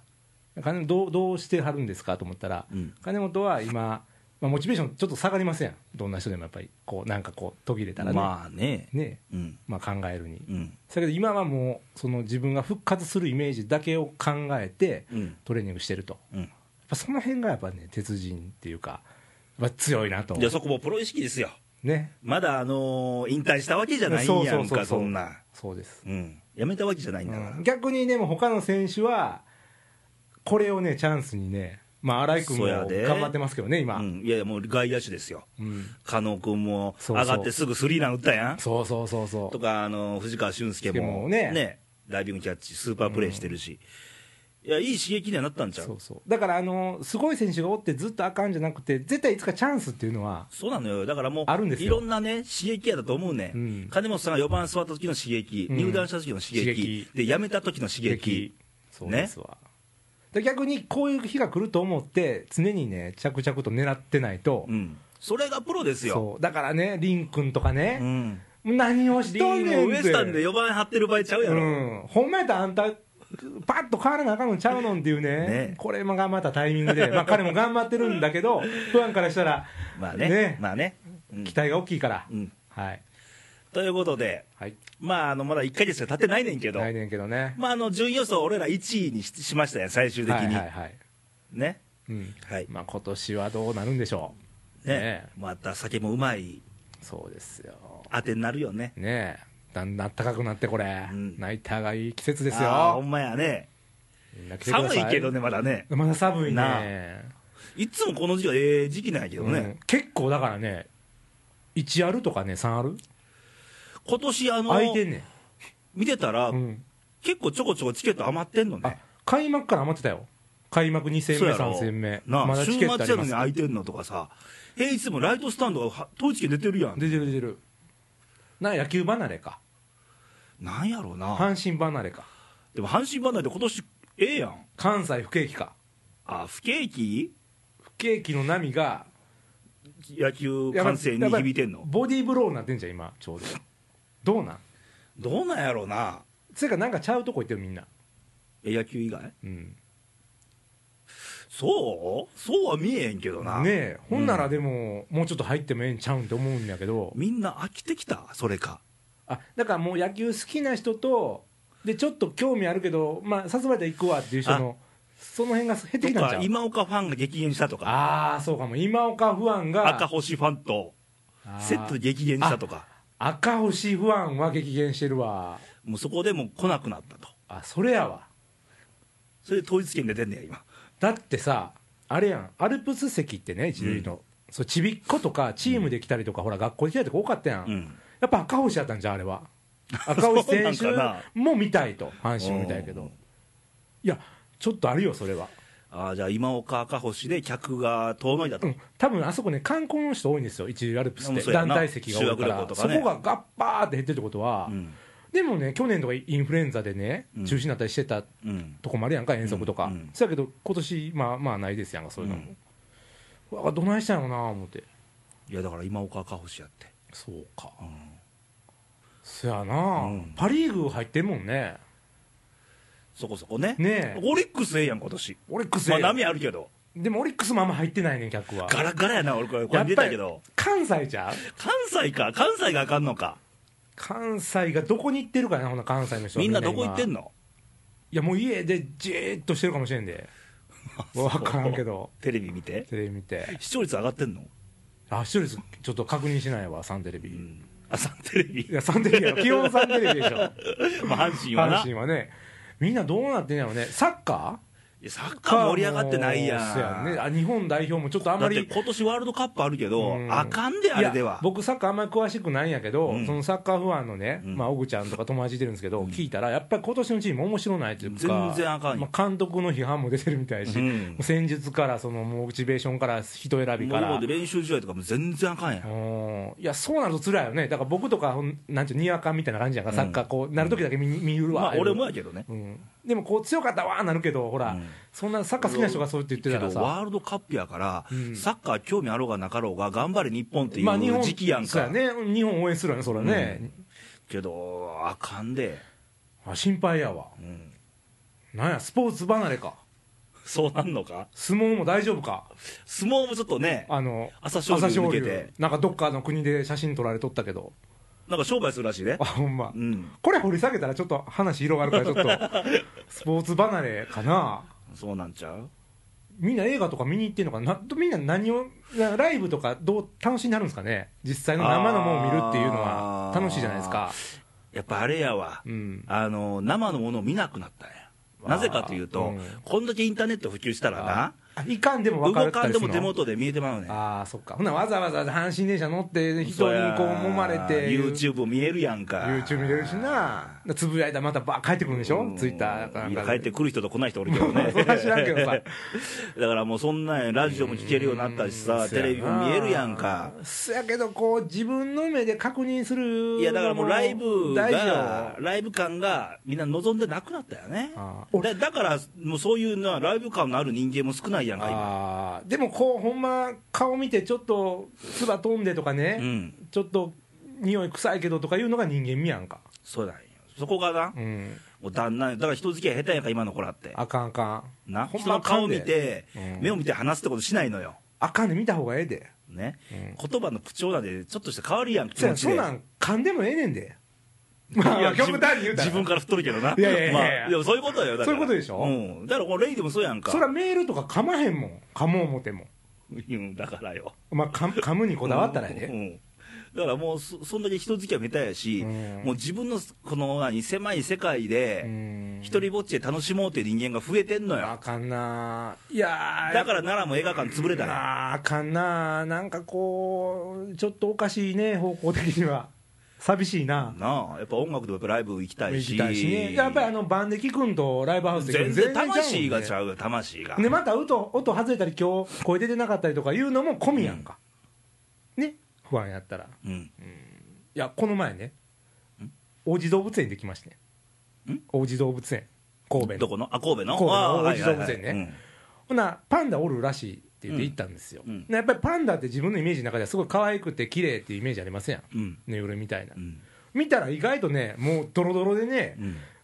Speaker 2: 金どうどうしてはるんですかと思ったら、
Speaker 1: うん
Speaker 2: 金本は今、まあ、モチベーションちょっと下がりません、どんな人でもやっぱり、こうなんかこう、途切れたらね、
Speaker 1: まあね、
Speaker 2: ね
Speaker 1: うん、
Speaker 2: まあ、考えるに。
Speaker 1: うん、
Speaker 2: だけど今はもうその自分が復活するイメージだけを考えて
Speaker 1: うん、
Speaker 2: トレーニングしてると、
Speaker 1: うん、
Speaker 2: やっぱその辺がやっぱね、鉄人っていうか、やっぱ強いなと。
Speaker 1: いや、そこもプロ意識ですよ、
Speaker 2: ね。
Speaker 1: まだ、あのー引退したわけじゃないんやんか、そんな、
Speaker 2: そうです。
Speaker 1: うん、やめたわけじゃないんだから、
Speaker 2: うん逆にでも他の選手は、これをね、チャンスにね、まあ、新井君も
Speaker 1: そうや
Speaker 2: 頑
Speaker 1: で
Speaker 2: 張ってますけどね、今。
Speaker 1: うんいやいや、もう外野手ですよ、
Speaker 2: うん
Speaker 1: 加納君も
Speaker 2: そうそ
Speaker 1: 上
Speaker 2: う
Speaker 1: がってすぐスリーラン打ったやん、
Speaker 2: そうそうそうそ
Speaker 1: とか、あのー藤川俊介
Speaker 2: 俊介
Speaker 1: も
Speaker 2: もね
Speaker 1: ダイビングキャッチ、スーパープレーしてるし、いや、いい刺激にはなったんち
Speaker 2: う。
Speaker 1: ゃ
Speaker 2: そうう。そう。だから、あの、すごい選手がおってずっとあかんじゃなくて、絶対いつかチャンスっていうのは、
Speaker 1: そうなのよだからもう
Speaker 2: あるんですよ
Speaker 1: いろんなね刺激やだと思うね、
Speaker 2: うん
Speaker 1: 金本さんが4番座った時の刺激、
Speaker 2: うん
Speaker 1: 入団した時の刺激
Speaker 2: 刺激
Speaker 1: で辞めた時の刺激、
Speaker 2: そうですわ。で逆にこういう日が来ると思って、常にね、着々と狙ってないと
Speaker 1: う、ん、それがプロですよ、
Speaker 2: そう。だからね、リン君とかね、
Speaker 1: うん、
Speaker 2: 何をし
Speaker 1: リ
Speaker 2: とんね
Speaker 1: ー
Speaker 2: ん
Speaker 1: グウ
Speaker 2: っ
Speaker 1: エ
Speaker 2: て
Speaker 1: スタンで4番張ってる場合ちゃうやろ、
Speaker 2: うん、ほんまやったらあんたパッと変わらなあかんのちゃうのんっていうね
Speaker 1: ね
Speaker 2: これも頑張ったタイミングで、まあ、彼も頑張ってるんだけど ファンからしたら
Speaker 1: まあね
Speaker 2: ね
Speaker 1: まあね、うん
Speaker 2: 期待が大きいから、
Speaker 1: うん
Speaker 2: はい、
Speaker 1: ということで
Speaker 2: はい、
Speaker 1: まああのまだ1ヶ月が経ってないねんけど、
Speaker 2: 来年けどね、
Speaker 1: まああの順位予想俺ら1位にししましたよ最終的に、
Speaker 2: はいはいはい、
Speaker 1: ね
Speaker 2: うん
Speaker 1: はい
Speaker 2: まあ、今年はどうなるんでしょう
Speaker 1: ね
Speaker 2: ね
Speaker 1: また酒もうまい
Speaker 2: そうですよ
Speaker 1: 当てになるよね
Speaker 2: ねえだんだん暖かくなってこれ、
Speaker 1: うん
Speaker 2: ナイターがいい季節です
Speaker 1: あーほ
Speaker 2: よ
Speaker 1: んまやね
Speaker 2: みんな来てくだ
Speaker 1: 寒
Speaker 2: さ
Speaker 1: いけどねまだね
Speaker 2: まだ寒い
Speaker 1: な
Speaker 2: ね
Speaker 1: いつもこの時期はええ時期なんやけどね、
Speaker 2: うん結構だからね1あるとかね3ある
Speaker 1: 今年あの
Speaker 2: 空いてんね
Speaker 1: 見てたら、
Speaker 2: ん、うん、
Speaker 1: 結構ちょこちょこチケット余ってんの
Speaker 2: あ
Speaker 1: ね、
Speaker 2: 開幕から余ってたよ、開幕2戦
Speaker 1: そう
Speaker 2: 目、
Speaker 1: やろ
Speaker 2: 3戦目、
Speaker 1: なあ、
Speaker 2: まだ
Speaker 1: 週
Speaker 2: チ
Speaker 1: 末
Speaker 2: ケ
Speaker 1: や
Speaker 2: ットあ
Speaker 1: の
Speaker 2: りま
Speaker 1: に
Speaker 2: す
Speaker 1: 空いてんのとかさ、平日もライトスタンドがは統一券出てるやん、
Speaker 2: 出てる出てる、なんか野球離れか、
Speaker 1: なんやろうな、
Speaker 2: 阪神離れか、
Speaker 1: でも阪神離れで今年ええやん、
Speaker 2: 関西不景気か、
Speaker 1: あ不景気、
Speaker 2: 不景気の波が、
Speaker 1: 野球観戦に
Speaker 2: やっぱ
Speaker 1: 響いてんの、
Speaker 2: ボディーブローになってんじゃん、今、ちょうど、どうなん
Speaker 1: どうなんやろうな、
Speaker 2: つうか、なんかちゃうとこ行ってる、みんな、
Speaker 1: え野球以外、
Speaker 2: うん、
Speaker 1: そうそうは見えへんけどな、
Speaker 2: ねえ、ほんな
Speaker 1: う
Speaker 2: らでも、もうちょっと入ってもええんちゃうんって思うんやけど、
Speaker 1: みんな飽きてきた、それか、
Speaker 2: あだからもう野球好きな人と、でちょっと興味あるけどまあ誘われたら行くわっていう人のその辺が減って
Speaker 1: と
Speaker 2: きたんじ
Speaker 1: か
Speaker 2: ゃ、う
Speaker 1: 今岡ファンが激減したとか、
Speaker 2: ああそうかも今岡不安が
Speaker 1: 赤星ファンと
Speaker 2: あー
Speaker 1: セットで激減したとか、
Speaker 2: 赤星不安は激減してるわ
Speaker 1: もうそこでもう来なくなったと、
Speaker 2: あそれやわ
Speaker 1: それで統一権出てんねや、今。
Speaker 2: だってさあれやんアルプス席ってね一塁の、そうちびっことかチームで来たりとか、ほら学校で来たりとか多かったやん、
Speaker 1: うん、
Speaker 2: やっぱ赤星やったんじゃんあ れは赤星選
Speaker 1: そうなんか
Speaker 2: 手も見たいと阪神も見たいけ
Speaker 1: う
Speaker 2: ど
Speaker 1: ん
Speaker 2: いやちょっとあるよそれは
Speaker 1: ああ、じゃあ今岡赤星で客が遠のいたと、
Speaker 2: うん、多分あそこね、観光の人多いんですよ、一流アルプス
Speaker 1: う
Speaker 2: っ
Speaker 1: んそう
Speaker 2: て、
Speaker 1: やな
Speaker 2: 団体席が多いか
Speaker 1: 修学
Speaker 2: ら、
Speaker 1: 旅行と
Speaker 2: そ
Speaker 1: かね
Speaker 2: こがガッバーって減ってるってことは、
Speaker 1: うん
Speaker 2: でもね、去年とかインフルエンザでね、
Speaker 1: うん
Speaker 2: 中止になったりしてた
Speaker 1: うん、
Speaker 2: とこもあるやんか、遠足とか、
Speaker 1: うんうん
Speaker 2: そやけど、今年まあまあないですやんか、そういうのも、うわどないしたんやろな思って、
Speaker 1: いや、だから今岡赤星やって、
Speaker 2: そうか、
Speaker 1: うん
Speaker 2: そやな、
Speaker 1: うん
Speaker 2: パ・リーグ入ってるもんね、
Speaker 1: そこそこね、
Speaker 2: ねえ
Speaker 1: オリックスええやん、今年
Speaker 2: オリックス
Speaker 1: まあ
Speaker 2: ええやん、
Speaker 1: 波あるけど、
Speaker 2: でもオリックスもあんま入ってないねん、客は。
Speaker 1: ガラガラやな、俺、これ、こ
Speaker 2: や
Speaker 1: れ見
Speaker 2: っ
Speaker 1: て
Speaker 2: ぱ
Speaker 1: た
Speaker 2: り
Speaker 1: けど、
Speaker 2: 関西じゃん
Speaker 1: 関西か、関西があかんのか、
Speaker 2: 関西がどこに行ってるかな、ほな関西の人は
Speaker 1: みんなどこ行って
Speaker 2: の
Speaker 1: んの
Speaker 2: いやもう家でじーっとしてるかもしれ んで分からんけど
Speaker 1: テレビ見て、
Speaker 2: テレビ見て
Speaker 1: 視聴率上がってんの、
Speaker 2: あ視聴率ちょっと確認しないわサンテレビ、
Speaker 1: う
Speaker 2: い
Speaker 1: ん、あ、サンテレ ビ、
Speaker 2: やサンテレビやろ基本サンテレビでしょ
Speaker 1: まあ、阪神は
Speaker 2: 阪
Speaker 1: な、
Speaker 2: 神はねみんなどうなってんやろねサッカ
Speaker 1: いやサッ
Speaker 2: ー
Speaker 1: カー盛り上がってないやん。
Speaker 2: そうやねあ日本代表もちょっとあん
Speaker 1: だ
Speaker 2: ま
Speaker 1: って
Speaker 2: り
Speaker 1: 今年ワールドカップあるけど、
Speaker 2: うん
Speaker 1: あかんで、あれで
Speaker 2: いや
Speaker 1: は。
Speaker 2: 僕サッカーあんまり詳しくないんやけど、
Speaker 1: うん
Speaker 2: そのサッカーファンのね、
Speaker 1: うん
Speaker 2: まあ、オグちゃんとか友達いてるんですけど、聞いたらやっぱり今年のチーム面白ないというか
Speaker 1: 全然あかんよ
Speaker 2: まあ、監督の批判も出てるみたいし、
Speaker 1: うん
Speaker 2: 戦術からそのモチベーションから人選び
Speaker 1: も
Speaker 2: か
Speaker 1: う
Speaker 2: ら
Speaker 1: 今まで練習試合とかも全然あかんやん。
Speaker 2: うんいやそうなると辛いよねだから僕とかほんなんていうにわかみたいな感じやんか、サッカーこうなる時だけ見見るわ、
Speaker 1: まあ
Speaker 2: ああいう
Speaker 1: 俺もやけどね。
Speaker 2: うん、でもこう強かったわーなるけどほら、
Speaker 1: うん
Speaker 2: そんなサッカー好きな人がそうって言って
Speaker 1: け
Speaker 2: たら
Speaker 1: ど、
Speaker 2: さ
Speaker 1: ワールドカップやから、
Speaker 2: うん
Speaker 1: サッカー興味あろうがなかろうが、頑張れ日本ってい
Speaker 2: まあ日
Speaker 1: う
Speaker 2: 本
Speaker 1: 時期やん
Speaker 2: そう
Speaker 1: か。
Speaker 2: やね日本応援するよねそれはね、
Speaker 1: けど、あかんで、
Speaker 2: あ心配やわ
Speaker 1: うん
Speaker 2: なんやスポーツ離れか
Speaker 1: そうなんのか、
Speaker 2: 相撲も大丈夫か
Speaker 1: 相撲もちょっとね、
Speaker 2: あの
Speaker 1: 朝青龍抜けて
Speaker 2: なんかどっかの国で写真撮られとったけど
Speaker 1: なんか商売するらしいね
Speaker 2: あ。ほんま、
Speaker 1: うん、
Speaker 2: これ掘り下げたらちょっと話広がるからちょっと スポーツ離れかな
Speaker 1: そうなんちゃう
Speaker 2: みんな映画とか見に行ってんのかななみんな何をなライブとかどう楽しになるんですかね実際の生のものを見るっていうの
Speaker 1: あ
Speaker 2: は
Speaker 1: ー
Speaker 2: 楽しいじゃないですか
Speaker 1: やっぱあれやわ、
Speaker 2: うん
Speaker 1: あの生のものを見なくなったんや
Speaker 2: あー
Speaker 1: なぜかというと、
Speaker 2: うん
Speaker 1: こんだけインターネット普及したらな、
Speaker 2: あいかんでも分かる
Speaker 1: 動
Speaker 2: った
Speaker 1: かん
Speaker 2: り
Speaker 1: です
Speaker 2: る
Speaker 1: も
Speaker 2: の
Speaker 1: 手元で見えてまうねん。
Speaker 2: ああそっかほなわざわざ阪神電車乗って人にこう揉まれて
Speaker 1: YouTube 見えるやんか
Speaker 2: YouTube 見れるしなつぶやいたらまたば帰ってくるんでしょ、
Speaker 1: うん
Speaker 2: ツイッターかなんか
Speaker 1: いや帰ってくる人と来ない人おるけどね
Speaker 2: それは知らんけどさ
Speaker 1: だからもうそんなんやラジオも聞けるようになったしさテレビも見えるやんか
Speaker 2: そやけどこう自分の目で確認する
Speaker 1: いやだからもうライブ
Speaker 2: 大事よ
Speaker 1: がライブ感がみんな望んでなくなったよね
Speaker 2: あー
Speaker 1: だだからもうそういうのはライブ感のある人間も少ないやんか今
Speaker 2: あーでもこうほんま顔見てちょっと唾飛んでとかね、
Speaker 1: うん
Speaker 2: ちょっと匂い臭いけどとかいうのが人間味やんか
Speaker 1: そうなんよそこがな
Speaker 2: うん
Speaker 1: もう旦那だから人付き合い下手やんか今の子らって
Speaker 2: あかんあかん
Speaker 1: な
Speaker 2: ほん
Speaker 1: 人
Speaker 2: ま
Speaker 1: の
Speaker 2: あか
Speaker 1: 顔
Speaker 2: んで
Speaker 1: 見て
Speaker 2: うん
Speaker 1: 目を見て話すってことしないのよ
Speaker 2: あかんで見た方がええで
Speaker 1: ね
Speaker 2: うん
Speaker 1: 言葉の口調なんでちょっとした変わるやん気
Speaker 2: そ
Speaker 1: 持
Speaker 2: や
Speaker 1: ち
Speaker 2: そ
Speaker 1: で
Speaker 2: んなん噛んでもええねんでまあ
Speaker 1: いや
Speaker 2: 極端に言う
Speaker 1: 自分
Speaker 2: た
Speaker 1: 自分
Speaker 2: ら
Speaker 1: から太るけどな。
Speaker 2: いやいやいやいや
Speaker 1: まあでもそういうことよ。だから
Speaker 2: そういうことでしょ
Speaker 1: うん。だからこのレイでもそうやんか。
Speaker 2: そりゃメールとか噛まへんもん噛もう思ても
Speaker 1: うん、だからよ。
Speaker 2: まあ噛む噛むにこだわったらええで、
Speaker 1: うん。だからもうそ、そんだけ人付き合い下手やし、
Speaker 2: うん
Speaker 1: もう自分の、この、何、狭い世界
Speaker 2: う
Speaker 1: で、
Speaker 2: ん
Speaker 1: 一人ぼっちで楽しもうっていう人間が増えてんの
Speaker 2: あ
Speaker 1: よ。
Speaker 2: かんないやー
Speaker 1: だから奈良も映画館潰れたら。
Speaker 2: あーあかんななんかこうちょっとおかしいね方向的には寂しいな
Speaker 1: なあ、やっぱ音楽でもやっぱライブ行きたい
Speaker 2: 行
Speaker 1: し。
Speaker 2: きたいしねやっぱりあのバンデキ君とライブハウスで
Speaker 1: 全然魂がち
Speaker 2: う
Speaker 1: ゃうよ、魂が。
Speaker 2: でまた音音外れたり今日声出てなかったりとかいうのも込みやんか、ね不安やったらい
Speaker 1: うん。
Speaker 2: やこの前ね王子動物園できまして
Speaker 1: ん
Speaker 2: 王子動物園神戸の
Speaker 1: どこのあ、神戸の
Speaker 2: 神戸の
Speaker 1: あー
Speaker 2: 王子動物園ね
Speaker 1: はいはいはい
Speaker 2: ほなパンダおるらしいって言って行ったんですよ、
Speaker 1: うんうん
Speaker 2: なやっぱりパンダって自分のイメージの中ではすごい可愛くて綺麗っていうイメージありませんやん
Speaker 1: うん。
Speaker 2: ぬいぐるみみたいな、
Speaker 1: うん。
Speaker 2: 見たら意外とねもうドロドロでね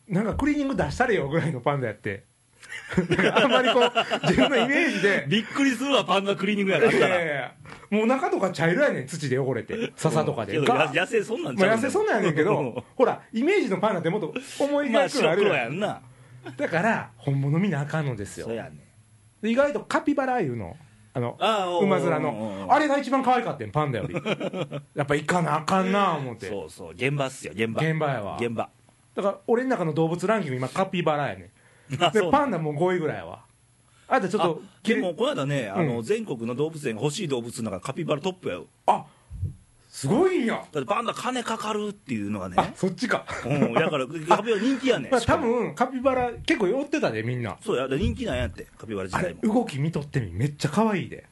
Speaker 1: う、ん。
Speaker 2: なんかクリーニング出したれよぐらいのパンダやって なんかあんまりこう、自分のイメージで、
Speaker 1: びっくりするわ、パンダクリーニングやか
Speaker 2: い
Speaker 1: ら。
Speaker 2: やいやいやもう中とか茶色やねん、土で汚れて、笹とかで。
Speaker 1: けど
Speaker 2: ガー
Speaker 1: や野生そんなん
Speaker 2: まあ、痩せそうなんやねんけど、ほら、イメージのパンダってもっと思い
Speaker 1: うんまあ
Speaker 2: 描くの
Speaker 1: 白
Speaker 2: ある
Speaker 1: 黒
Speaker 2: やん
Speaker 1: やんな。
Speaker 2: だから、本物見なあかんのですよ
Speaker 1: そう。やねん。
Speaker 2: で意外とカピバラいうの、あの、
Speaker 1: ああ
Speaker 2: 馬
Speaker 1: お
Speaker 2: 面
Speaker 1: うおうおう
Speaker 2: の、あれが一番可愛かったん、パン ダより。やっぱ行かなあかんなあ思って。
Speaker 1: そうそう、現場っすよ、現場。
Speaker 2: 現場やわ
Speaker 1: 現場。
Speaker 2: だから、俺の中の動物ランキング、今、カピバラやね
Speaker 1: あ
Speaker 2: ん。で
Speaker 1: そ、うな
Speaker 2: パンダもう5位ぐらいやわ。あとちょっ
Speaker 1: あ
Speaker 2: と、
Speaker 1: でも、この間ね、あ
Speaker 2: う
Speaker 1: の、
Speaker 2: ん
Speaker 1: 全国の動物園が欲しい動物の中、カピバラトップやよ。
Speaker 2: あすごいんや。
Speaker 1: だってパンダ金かかるっていうのが
Speaker 2: あ
Speaker 1: ね。
Speaker 2: そっちか。
Speaker 1: うん、だから、カピバラ人気やねん。
Speaker 2: まあ、
Speaker 1: しか
Speaker 2: 多
Speaker 1: も
Speaker 2: 分カピバラ結構酔ってたでみんな
Speaker 1: そうや、で人気なんやって、カピバラ自
Speaker 2: あれ
Speaker 1: 体も。
Speaker 2: 動き見とってみめっちゃ可愛いで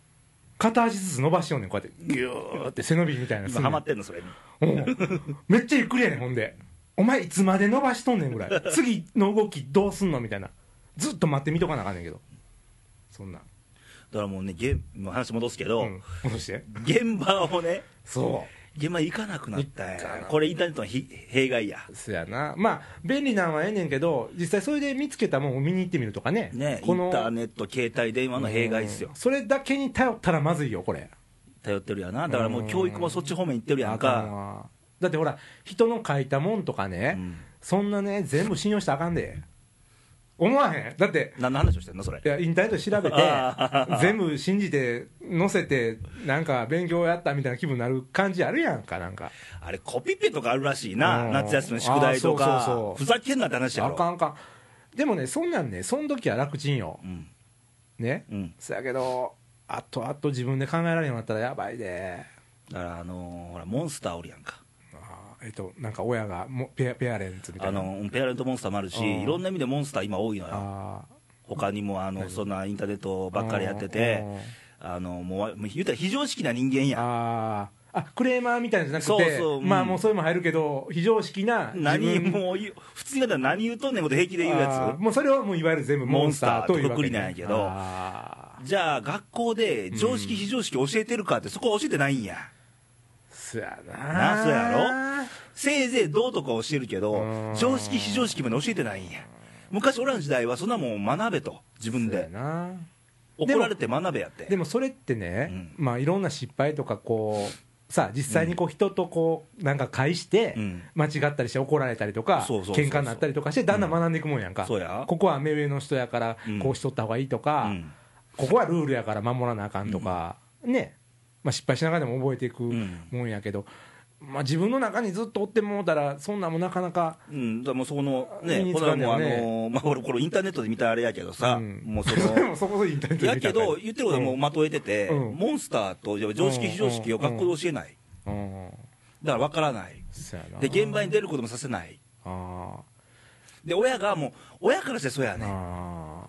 Speaker 2: 片足ずつ伸ばしようねんこうやってギューって背伸びみたいなす
Speaker 1: 今
Speaker 2: んね
Speaker 1: ハ
Speaker 2: ん
Speaker 1: マってんの、それに。
Speaker 2: うんめっちゃゆっくりやねんほんでお前いつまで伸ばしとんねん ぐらい次の動きどうすんのみたいなずっと待ってみとかなあかんねんけどそんな
Speaker 1: だからもうね、ゲもう話戻すけど、
Speaker 2: うん戻して
Speaker 1: 現場をね、
Speaker 2: そ
Speaker 1: 現場行かなくなったん
Speaker 2: 行かな
Speaker 1: や。これインターネットのひ弊害や。
Speaker 2: うそやなまあ便利なんはええねんけど実際それで見つけたもんを見に行ってみるとかね
Speaker 1: ね、インターネット、携帯電話の弊害っすよ
Speaker 2: うん。それだけに頼ったらまずいよこれ
Speaker 1: 頼ってるやな。だからもう教育もそっち方面行ってるやん
Speaker 2: あかん
Speaker 1: か。
Speaker 2: わだってほら人の書いたもんとかね、
Speaker 1: うん
Speaker 2: そんなね全部信用したらあかんで思わへんだって
Speaker 1: 何の話をしてんの、それ
Speaker 2: い。やインターネット調べ
Speaker 1: あ
Speaker 2: て全部信じて載せてなんか勉強やったみたいな気分になる感じあるやんかなんか
Speaker 1: あれ、コピペとかあるらしいな、
Speaker 2: うん
Speaker 1: 夏休みの宿題と
Speaker 2: あーそうそうそ
Speaker 1: か、
Speaker 2: う
Speaker 1: ふざけんなって話や
Speaker 2: あか
Speaker 1: ろ。
Speaker 2: んあかんでもねそんなんねそん時は楽ちんよ
Speaker 1: うん、
Speaker 2: ね
Speaker 1: うん、
Speaker 2: そやけどあとあと自分で考えられへんようになったらやばいで
Speaker 1: だから、あのーほら、モンスターおるやんか、
Speaker 2: あーえっとなんか親がもペアペアレンツみた
Speaker 1: あ
Speaker 2: いな
Speaker 1: のペアレントモンスターもあるし、
Speaker 2: うん
Speaker 1: いろんな意味でモンスター、今、多いのよ、
Speaker 2: あ
Speaker 1: 他にもあのそんなインターネット
Speaker 2: ー
Speaker 1: ばっかりやってて
Speaker 2: うん、
Speaker 1: あのもう、もう言うたら非常識な人間や、
Speaker 2: あーあクレーマーみたいなんじゃなくて
Speaker 1: そうそううん
Speaker 2: まあもうそれも入るけど非常識な
Speaker 1: 何
Speaker 2: 自分
Speaker 1: もう言う、普通に言ったら何言うとんねんこと平気で言う
Speaker 2: あー
Speaker 1: や
Speaker 2: もうそれをもういわゆる全部モンスターとい
Speaker 1: モンスター
Speaker 2: うわけ
Speaker 1: とくくりなんやけど
Speaker 2: あ
Speaker 1: つ、じゃあ、学校で常識、非常識教えてるかって、そこは教えてないんや。
Speaker 2: ーそや
Speaker 1: な
Speaker 2: な
Speaker 1: そやせいぜいどうとか教えるけど
Speaker 2: う、ん
Speaker 1: 常識、非常識まで教えてないんや。昔、俺らの時代はそんなもん学べと、自分
Speaker 2: そや
Speaker 1: で。
Speaker 2: なで
Speaker 1: 怒られて学べやって。
Speaker 2: でもそれってね、
Speaker 1: うん
Speaker 2: まあいろんな失敗とかこうさあ実際にこう人とこうなんか介して
Speaker 1: うん
Speaker 2: 間違ったりして怒られたりとか、
Speaker 1: そうそうそうそう
Speaker 2: 喧嘩になったりとかしてだんだん学んでいくもんやんか、
Speaker 1: そうや
Speaker 2: ここは目上の人やから
Speaker 1: うん
Speaker 2: こうしとった方がいいとか、
Speaker 1: うん
Speaker 2: ここはルールやから守らなあかんとか、ね、まあ、失敗しながらでも覚えていく
Speaker 1: ん
Speaker 2: もんやけど、まあ、自分の中にずっとおってもうたら、そんなんもなかなか、
Speaker 1: うん、だからもうその
Speaker 2: 身
Speaker 1: ね、
Speaker 2: に
Speaker 1: こ
Speaker 2: つ
Speaker 1: れは
Speaker 2: かんだ
Speaker 1: もうあ
Speaker 2: よね
Speaker 1: のー、まあ、俺、これインターネットで見たあれやけどさ、
Speaker 2: うん
Speaker 1: もうそ
Speaker 2: でも
Speaker 1: の、
Speaker 2: そこそこインターネットで
Speaker 1: や
Speaker 2: 見た
Speaker 1: け
Speaker 2: ら
Speaker 1: ど、言ってることはもうまとえてて、
Speaker 2: うん
Speaker 1: モンスターと常識、非常識を学校で教えない。
Speaker 2: うん、
Speaker 1: だから分からない。
Speaker 2: そやな
Speaker 1: で、現場に出ることもさせない。
Speaker 2: あ
Speaker 1: で、親がもう、親からしてそうや
Speaker 2: ー
Speaker 1: ね。
Speaker 2: あ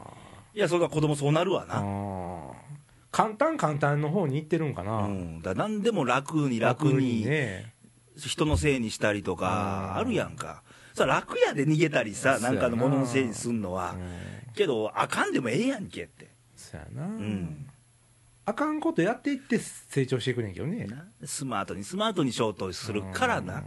Speaker 1: いや、そんな子供そうなるわ
Speaker 2: ーあ
Speaker 1: な。
Speaker 2: ー簡単簡単の方にいってるんかな、
Speaker 1: うん。だから何でも楽に楽に、
Speaker 2: ね
Speaker 1: 人のせいにしたりとか、
Speaker 2: うん
Speaker 1: あるやんか。さ、楽やで逃げたりさ、
Speaker 2: そうや
Speaker 1: なん
Speaker 2: な
Speaker 1: かのもののせいにすんの
Speaker 2: う
Speaker 1: は
Speaker 2: ん、
Speaker 1: けど、あかんでもええやんけって。
Speaker 2: そやな、
Speaker 1: ん
Speaker 2: あかんことやっていって成長していくねんけどね
Speaker 1: なスマートにスマートにショートするから
Speaker 2: う。
Speaker 1: なん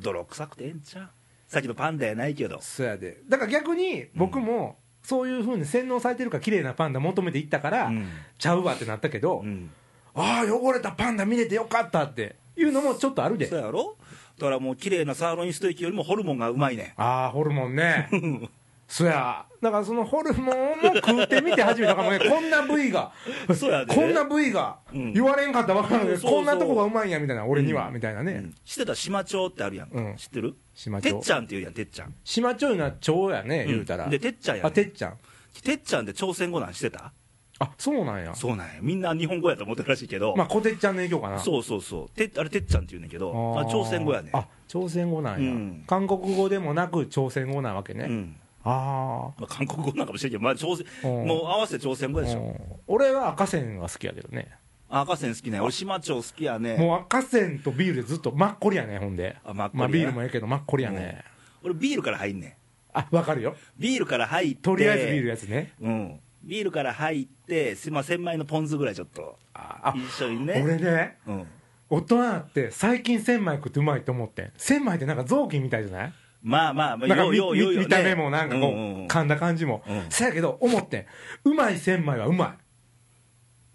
Speaker 1: 泥臭くてええんちゃうさっきのパンダやないけど。
Speaker 2: そうやでだから逆に僕もそういうふうに洗脳されてるから綺麗なパンダ求めていったから、
Speaker 1: うん
Speaker 2: ちゃうわってなったけど、
Speaker 1: うん。
Speaker 2: ああ汚れたパンダ見れてよかったっていうのもちょっとあるで
Speaker 1: そうやろだからもう綺麗なサーロインステーキよりもホルモンがうまいね
Speaker 2: ああホルモン ね
Speaker 1: ん。
Speaker 2: そやだからそのホルモンも食うてみて初めてかもねこんな部位が
Speaker 1: そうやで
Speaker 2: こんな部位が、
Speaker 1: うん
Speaker 2: 言われんかったら分からんけ
Speaker 1: うん
Speaker 2: ど
Speaker 1: そうそう
Speaker 2: こんなとこがうまいんやみたいな俺には、みたいなね、
Speaker 1: うん知ってた島町ってあるやんか、
Speaker 2: うん
Speaker 1: 知ってる
Speaker 2: 島
Speaker 1: てっ
Speaker 2: 町
Speaker 1: ちゃんっていうやんてっちゃん
Speaker 2: 島町いうのは町やね言うたら、
Speaker 1: んでてっちゃんやね
Speaker 2: あてっちゃん
Speaker 1: てっちゃんって朝鮮語なんしてた
Speaker 2: あそうなんや
Speaker 1: そうなんやみんな日本語やと思ってるらしいけど、
Speaker 2: まあこてっちゃんの影響かな
Speaker 1: そうそうそうてあれてっちゃんって言うねんけどあ
Speaker 2: あー
Speaker 1: 朝鮮語やねん
Speaker 2: あ朝鮮語なんや、
Speaker 1: うん
Speaker 2: 韓国語でもなく朝鮮語なわけね、
Speaker 1: うん
Speaker 2: あ
Speaker 1: まあ、韓国語なんかもしれんけど、まあ、朝鮮
Speaker 2: うん
Speaker 1: もう合わせて朝鮮語
Speaker 2: あ
Speaker 1: でしょ
Speaker 2: 俺は赤線が好きやけどね、
Speaker 1: あ赤線好きね俺島町好きやね
Speaker 2: もう赤線とビールでずっとマッコリやねほんで
Speaker 1: あマッコリや
Speaker 2: まあ、ビールもええけどマッコリやね、
Speaker 1: 俺ビールから入んねん
Speaker 2: あわかるよ
Speaker 1: ビールから入って
Speaker 2: とりあえずビールやつね
Speaker 1: うんビールから入ってすまあ千枚のポン酢ぐらいちょっと
Speaker 2: ああ
Speaker 1: 一緒にね
Speaker 2: 俺ね
Speaker 1: うん
Speaker 2: 大人になって最近千枚食ってうまいと思ってん千枚ってなんか雑巾みたいじゃない
Speaker 1: まあまあまあ、
Speaker 2: なんか
Speaker 1: う
Speaker 2: 見
Speaker 1: うう
Speaker 2: 見
Speaker 1: ね
Speaker 2: 見た目もなんかこう、
Speaker 1: んんん
Speaker 2: 噛んだ感じも、
Speaker 1: うん
Speaker 2: せやけど思ってんうまい千枚はうま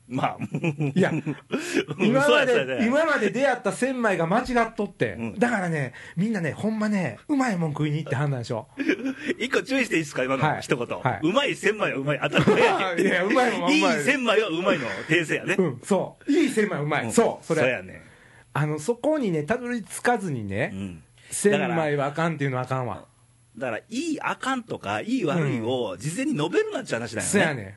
Speaker 1: まあ、
Speaker 2: いい や今
Speaker 1: そう
Speaker 2: ま
Speaker 1: やそうや
Speaker 2: で今まで出会った千枚が間違っとって、
Speaker 1: うん
Speaker 2: だからねみんなねほんまねうまいもん食いに行って判断でしょ
Speaker 1: 一個注意していいですか、今
Speaker 2: は
Speaker 1: の
Speaker 2: い
Speaker 1: 一言、
Speaker 2: はいう
Speaker 1: まい千枚はうまい、当たり前やけ
Speaker 2: いやうまいもんはうまい
Speaker 1: いい千枚はうまいの、訂正やね、
Speaker 2: うんそういい千枚はうまい、
Speaker 1: ん
Speaker 2: そうそれ
Speaker 1: そうやね、
Speaker 2: あのそこにねたどり着かずにね、
Speaker 1: うん、
Speaker 2: 千
Speaker 1: だから
Speaker 2: 枚はあかんっていうのはあかんわ
Speaker 1: だから、いいあかんとか、いい悪いを事前に述べるなっちゅう話だよね、
Speaker 2: そやねん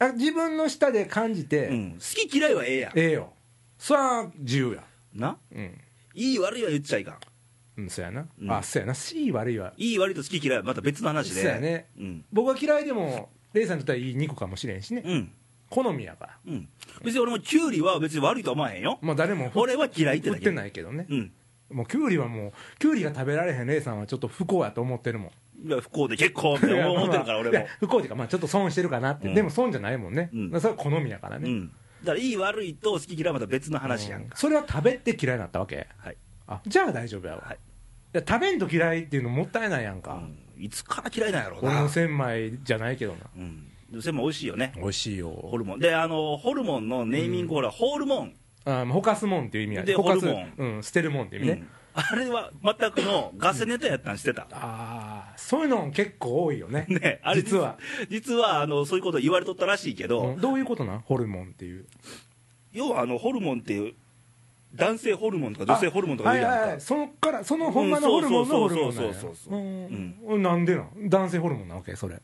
Speaker 2: あ自分の舌で感じて、
Speaker 1: うん、好き嫌いはええやん、
Speaker 2: ええよそら自由や
Speaker 1: な、
Speaker 2: うん
Speaker 1: いい悪いは言っちゃいかん、
Speaker 2: うんそやな、
Speaker 1: うん
Speaker 2: あそやな C 悪いはい
Speaker 1: い悪いと好き嫌いはまた別の話で、
Speaker 2: そうやね
Speaker 1: うん、
Speaker 2: 僕が嫌いでもレイさんにとってはいい肉かもしれんしね、
Speaker 1: うん、
Speaker 2: 好みやから
Speaker 1: うん、別に俺もキュウリは別に悪いとは思わへんよ、
Speaker 2: まあ誰もふ
Speaker 1: 俺は嫌いって
Speaker 2: 振
Speaker 1: だ
Speaker 2: っ
Speaker 1: け
Speaker 2: て、ないけどね
Speaker 1: う、ん、
Speaker 2: もうキュウリはもうキュウリが食べられへんレイさんはちょっと不幸やと思ってるもん
Speaker 1: いや不幸で結構って思思ってるから、俺
Speaker 2: いや
Speaker 1: も。
Speaker 2: 不幸っていうかまあちょっと損してるかなって、
Speaker 1: うん
Speaker 2: でも損じゃないもんね、
Speaker 1: うん
Speaker 2: まあそれは好みやから
Speaker 1: う
Speaker 2: ね、
Speaker 1: ん、だからいい悪いと好き嫌いはまた別の話やんか、
Speaker 2: それは食べって嫌いになったわけ
Speaker 1: はい
Speaker 2: あじゃあ大丈夫やわ、
Speaker 1: はい
Speaker 2: いや食べんと嫌いっていうのもったいないやんか、
Speaker 1: うんいつから嫌いなんやろう
Speaker 2: 俺
Speaker 1: な
Speaker 2: の千枚じゃないけどな
Speaker 1: うんでもそれも美味しいよね
Speaker 2: 美味しいよ
Speaker 1: ホルモンであのホルモンのネーミングほら、ホルモン、
Speaker 2: あほかすもんっていう意味や
Speaker 1: で
Speaker 2: ほかす
Speaker 1: ホルモン
Speaker 2: うん捨てるもんっていう意味ね、
Speaker 1: うんあれは全くのガセネタやったんしてた、
Speaker 2: ああそういうの結構多い よね
Speaker 1: ねあれ
Speaker 2: 実は、
Speaker 1: 実はあのそういうこと言われとったらしいけど、
Speaker 2: うんどういうことなんホルモンっていう
Speaker 1: 要はあのホルモンっていう男性ホルモンとか女性ホルモンとか言うやんか、
Speaker 2: あはいはいはいそのからそのほんまのホルモンのホル
Speaker 1: う
Speaker 2: モンなんや
Speaker 1: んそうそうそうそうそう
Speaker 2: う
Speaker 1: うん
Speaker 2: んうんなんでなん男性ホルモンなわけそれ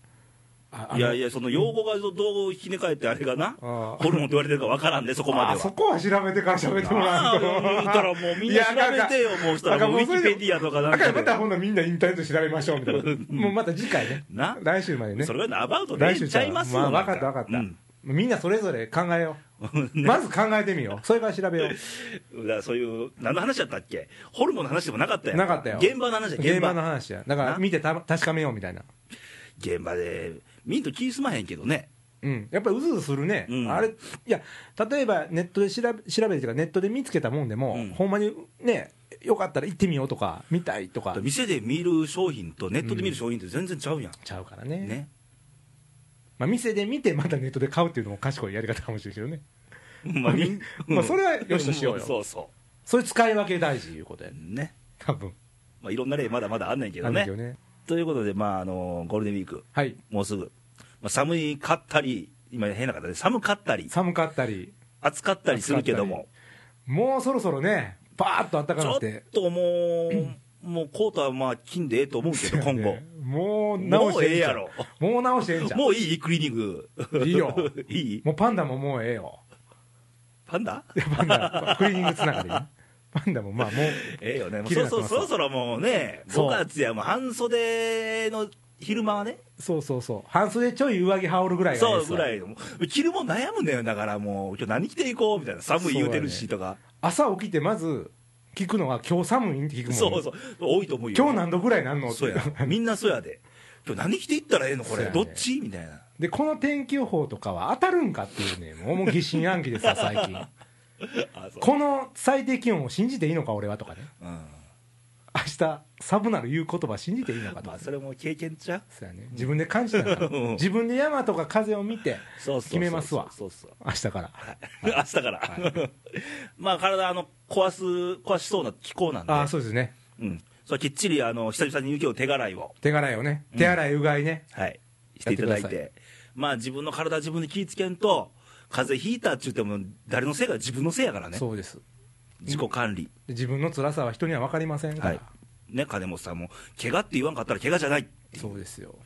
Speaker 2: ああの
Speaker 1: いやいやその用語がどうひね返ってあれがな、
Speaker 2: あー
Speaker 1: ホルモンと言われてるかわからんで、そこま
Speaker 2: あ
Speaker 1: で
Speaker 2: そ
Speaker 1: は。
Speaker 2: こは調べてから喋ってもらわんと
Speaker 1: あー言うたらもうみんな調べてよ
Speaker 2: いや
Speaker 1: もうしたら
Speaker 2: あかん
Speaker 1: もうウィキペディアとかなんかで
Speaker 2: あんまたほんならみんなインターネットで調べましょうみたいなもうまた次回ね
Speaker 1: な
Speaker 2: 来週までね
Speaker 1: それがアバウトで言
Speaker 2: 来週
Speaker 1: っちゃいますよ、
Speaker 2: まあ、
Speaker 1: なん
Speaker 2: 分かった分かった、
Speaker 1: うん
Speaker 2: みんなそれぞれ考えよう、まず考えてみようそれから調べよう
Speaker 1: だからそういう、何の話だったっけ、ホルモンの話でもなかったやん
Speaker 2: なかったよ
Speaker 1: 現場の話だ、現場
Speaker 2: 現場の話やだか
Speaker 1: な
Speaker 2: ら見てた確かめようみたいな
Speaker 1: 現場で、ミント気すまへんけどね、
Speaker 2: うんやっぱりうずうずするね、
Speaker 1: うん
Speaker 2: あれいや例えばネットで調べ調べてというかネットで見つけたもんでも、
Speaker 1: うん
Speaker 2: ほんまにねよかったら行ってみようとか見たいとか
Speaker 1: 店で見る商品とネットで見る商品って全然ちゃうやん、
Speaker 2: ちゃうからね
Speaker 1: ね、
Speaker 2: まあ、店で見てまたネットで買うっていうのも賢いやり方かもしれないけどね
Speaker 1: まあみ
Speaker 2: まあそれはよしとしようよ
Speaker 1: そうそ
Speaker 2: そういう使い分け大事いうことや
Speaker 1: う、
Speaker 2: ね
Speaker 1: ね、
Speaker 2: 多分
Speaker 1: まあ、いろんな例、まだまだあんねんけど
Speaker 2: なんだ
Speaker 1: ね
Speaker 2: け。どね
Speaker 1: ということで、まああのゴールデンウィーク、
Speaker 2: はい
Speaker 1: もうすぐ、まあ、寒いかったり、今、変な方で、寒かったり、
Speaker 2: 寒かったり
Speaker 1: 暑かったりするけども、
Speaker 2: もうそろそろねパーッと暖
Speaker 1: ち
Speaker 2: かく
Speaker 1: ょ
Speaker 2: な
Speaker 1: っ
Speaker 2: って
Speaker 1: ともう、もうコートはまあ、金でええと思うけど、 今後
Speaker 2: ね。もう直してええんちゃう
Speaker 1: もうえ
Speaker 2: もう直してええんちゃう
Speaker 1: もういいクリーニング。
Speaker 2: いいよ
Speaker 1: いい
Speaker 2: もうパンダももうええよ
Speaker 1: パンダ
Speaker 2: いやパンダクリーニングつながりねパンダもまあもう
Speaker 1: ええよね。もう
Speaker 2: 綺
Speaker 1: そろ
Speaker 2: 麗にな
Speaker 1: そろ
Speaker 2: ってます
Speaker 1: そろそろもうね、
Speaker 2: そ
Speaker 1: 5
Speaker 2: う
Speaker 1: 月やもう半袖の昼間はね、
Speaker 2: そうそうそう半袖ちょい上着羽織るぐらいがいい
Speaker 1: そ
Speaker 2: で
Speaker 1: う
Speaker 2: す
Speaker 1: ぐ
Speaker 2: わ
Speaker 1: らい、着るもん悩むんだよ、だからもう、今日何着ていこうみたいな、寒い言うてるしとか、
Speaker 2: 朝起きてまず聞くのが今日寒いんって聞くもん
Speaker 1: そうそう、多いと思うよ。
Speaker 2: 今日何度ぐらいなんのって
Speaker 1: そうや、みんなそうやで、今日何着ていったらええの、これ、
Speaker 2: そうや
Speaker 1: ど
Speaker 2: ね
Speaker 1: っちみたいな。
Speaker 2: でこの天気予報とかは当たるんかっていうねもうもう疑心暗鬼で すよ最近
Speaker 1: あそう
Speaker 2: この最低気温を信じていいのか俺は とかね
Speaker 1: うん
Speaker 2: 明日サブなる言う言葉信じていいのかと
Speaker 1: ま
Speaker 2: か
Speaker 1: あ、それも経験ちゃう
Speaker 2: そうやね自分で感じたから
Speaker 1: うん
Speaker 2: 自分で山とか風を見て
Speaker 1: そうそうそう
Speaker 2: 決めますわ
Speaker 1: そうそう
Speaker 2: 明日から
Speaker 1: 明日から、まあ体あの壊す壊しそうな気候なんで
Speaker 2: ああそうですね
Speaker 1: うん、それきっちりあの久々に雪を手洗いを、
Speaker 2: 手洗いをね手洗いうがいね
Speaker 1: はい、していただい
Speaker 2: やっててくだ
Speaker 1: まあ自分の体自分で気ぃつけんと風邪ひいたっちゅっても誰のせいか自分のせいやからね
Speaker 2: そうですで
Speaker 1: 自己管理、
Speaker 2: 自分の辛さは人には分かりませんか
Speaker 1: はい
Speaker 2: ら
Speaker 1: ね、金本さんも怪我って言わんかったら怪我じゃないっていう
Speaker 2: そうですよ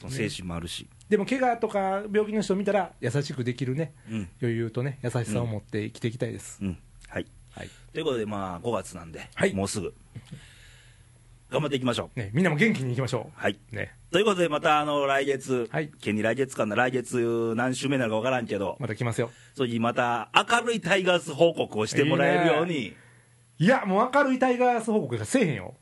Speaker 1: その精神もあるし、
Speaker 2: でも怪我とか病気の人を見たら優しくできるね
Speaker 1: うん
Speaker 2: 余裕とね優しさを持って生きていきたいです
Speaker 1: うんはい、
Speaker 2: はい
Speaker 1: ということでまあ5月なんで、
Speaker 2: はい
Speaker 1: もうすぐ頑張っていきましょう
Speaker 2: ねみんなも元気にいきましょ
Speaker 1: はい、
Speaker 2: うね
Speaker 1: ということで、またあの来月、
Speaker 2: はい
Speaker 1: 県に来月かな、来月何週目なのか分からんけど、
Speaker 2: また来ますよ
Speaker 1: その時また明るいタイガース報告をしてもらえるように、
Speaker 2: いやもう明るいタイガース報告がせえへんよ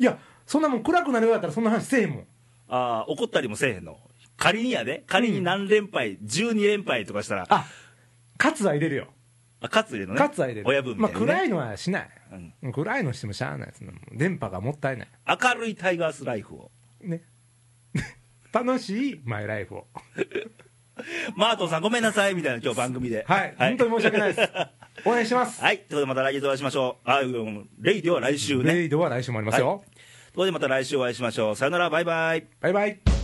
Speaker 2: いやそんなもん暗くなるようだったらそんな話せえへんもん
Speaker 1: あー怒ったりもせえへんの、仮にやで、仮に何連敗、12連敗とかしたら、
Speaker 2: あ勝つは入れるよ
Speaker 1: あカツ入れるのね
Speaker 2: カツは入れる
Speaker 1: 親分み
Speaker 2: まあ
Speaker 1: たいに、ね
Speaker 2: 暗いのはしない
Speaker 1: うん
Speaker 2: 暗いのしてもしゃあないですね電波がもったいない
Speaker 1: 明るいタイガースライフを
Speaker 2: ね 楽しいマイライフを
Speaker 1: マートンさんごめんなさいみたいな今日番組では
Speaker 2: はい、本当に申し訳ない です応援してます、
Speaker 1: はい、ということでまた来月お会いしましょう。あ、うんレイディオは来週ね。とい
Speaker 2: レ
Speaker 1: う
Speaker 2: イドは来週もありますよ、
Speaker 1: ことでまた来週お会いしましょう。さよなら、バイバイ。
Speaker 2: バイバイ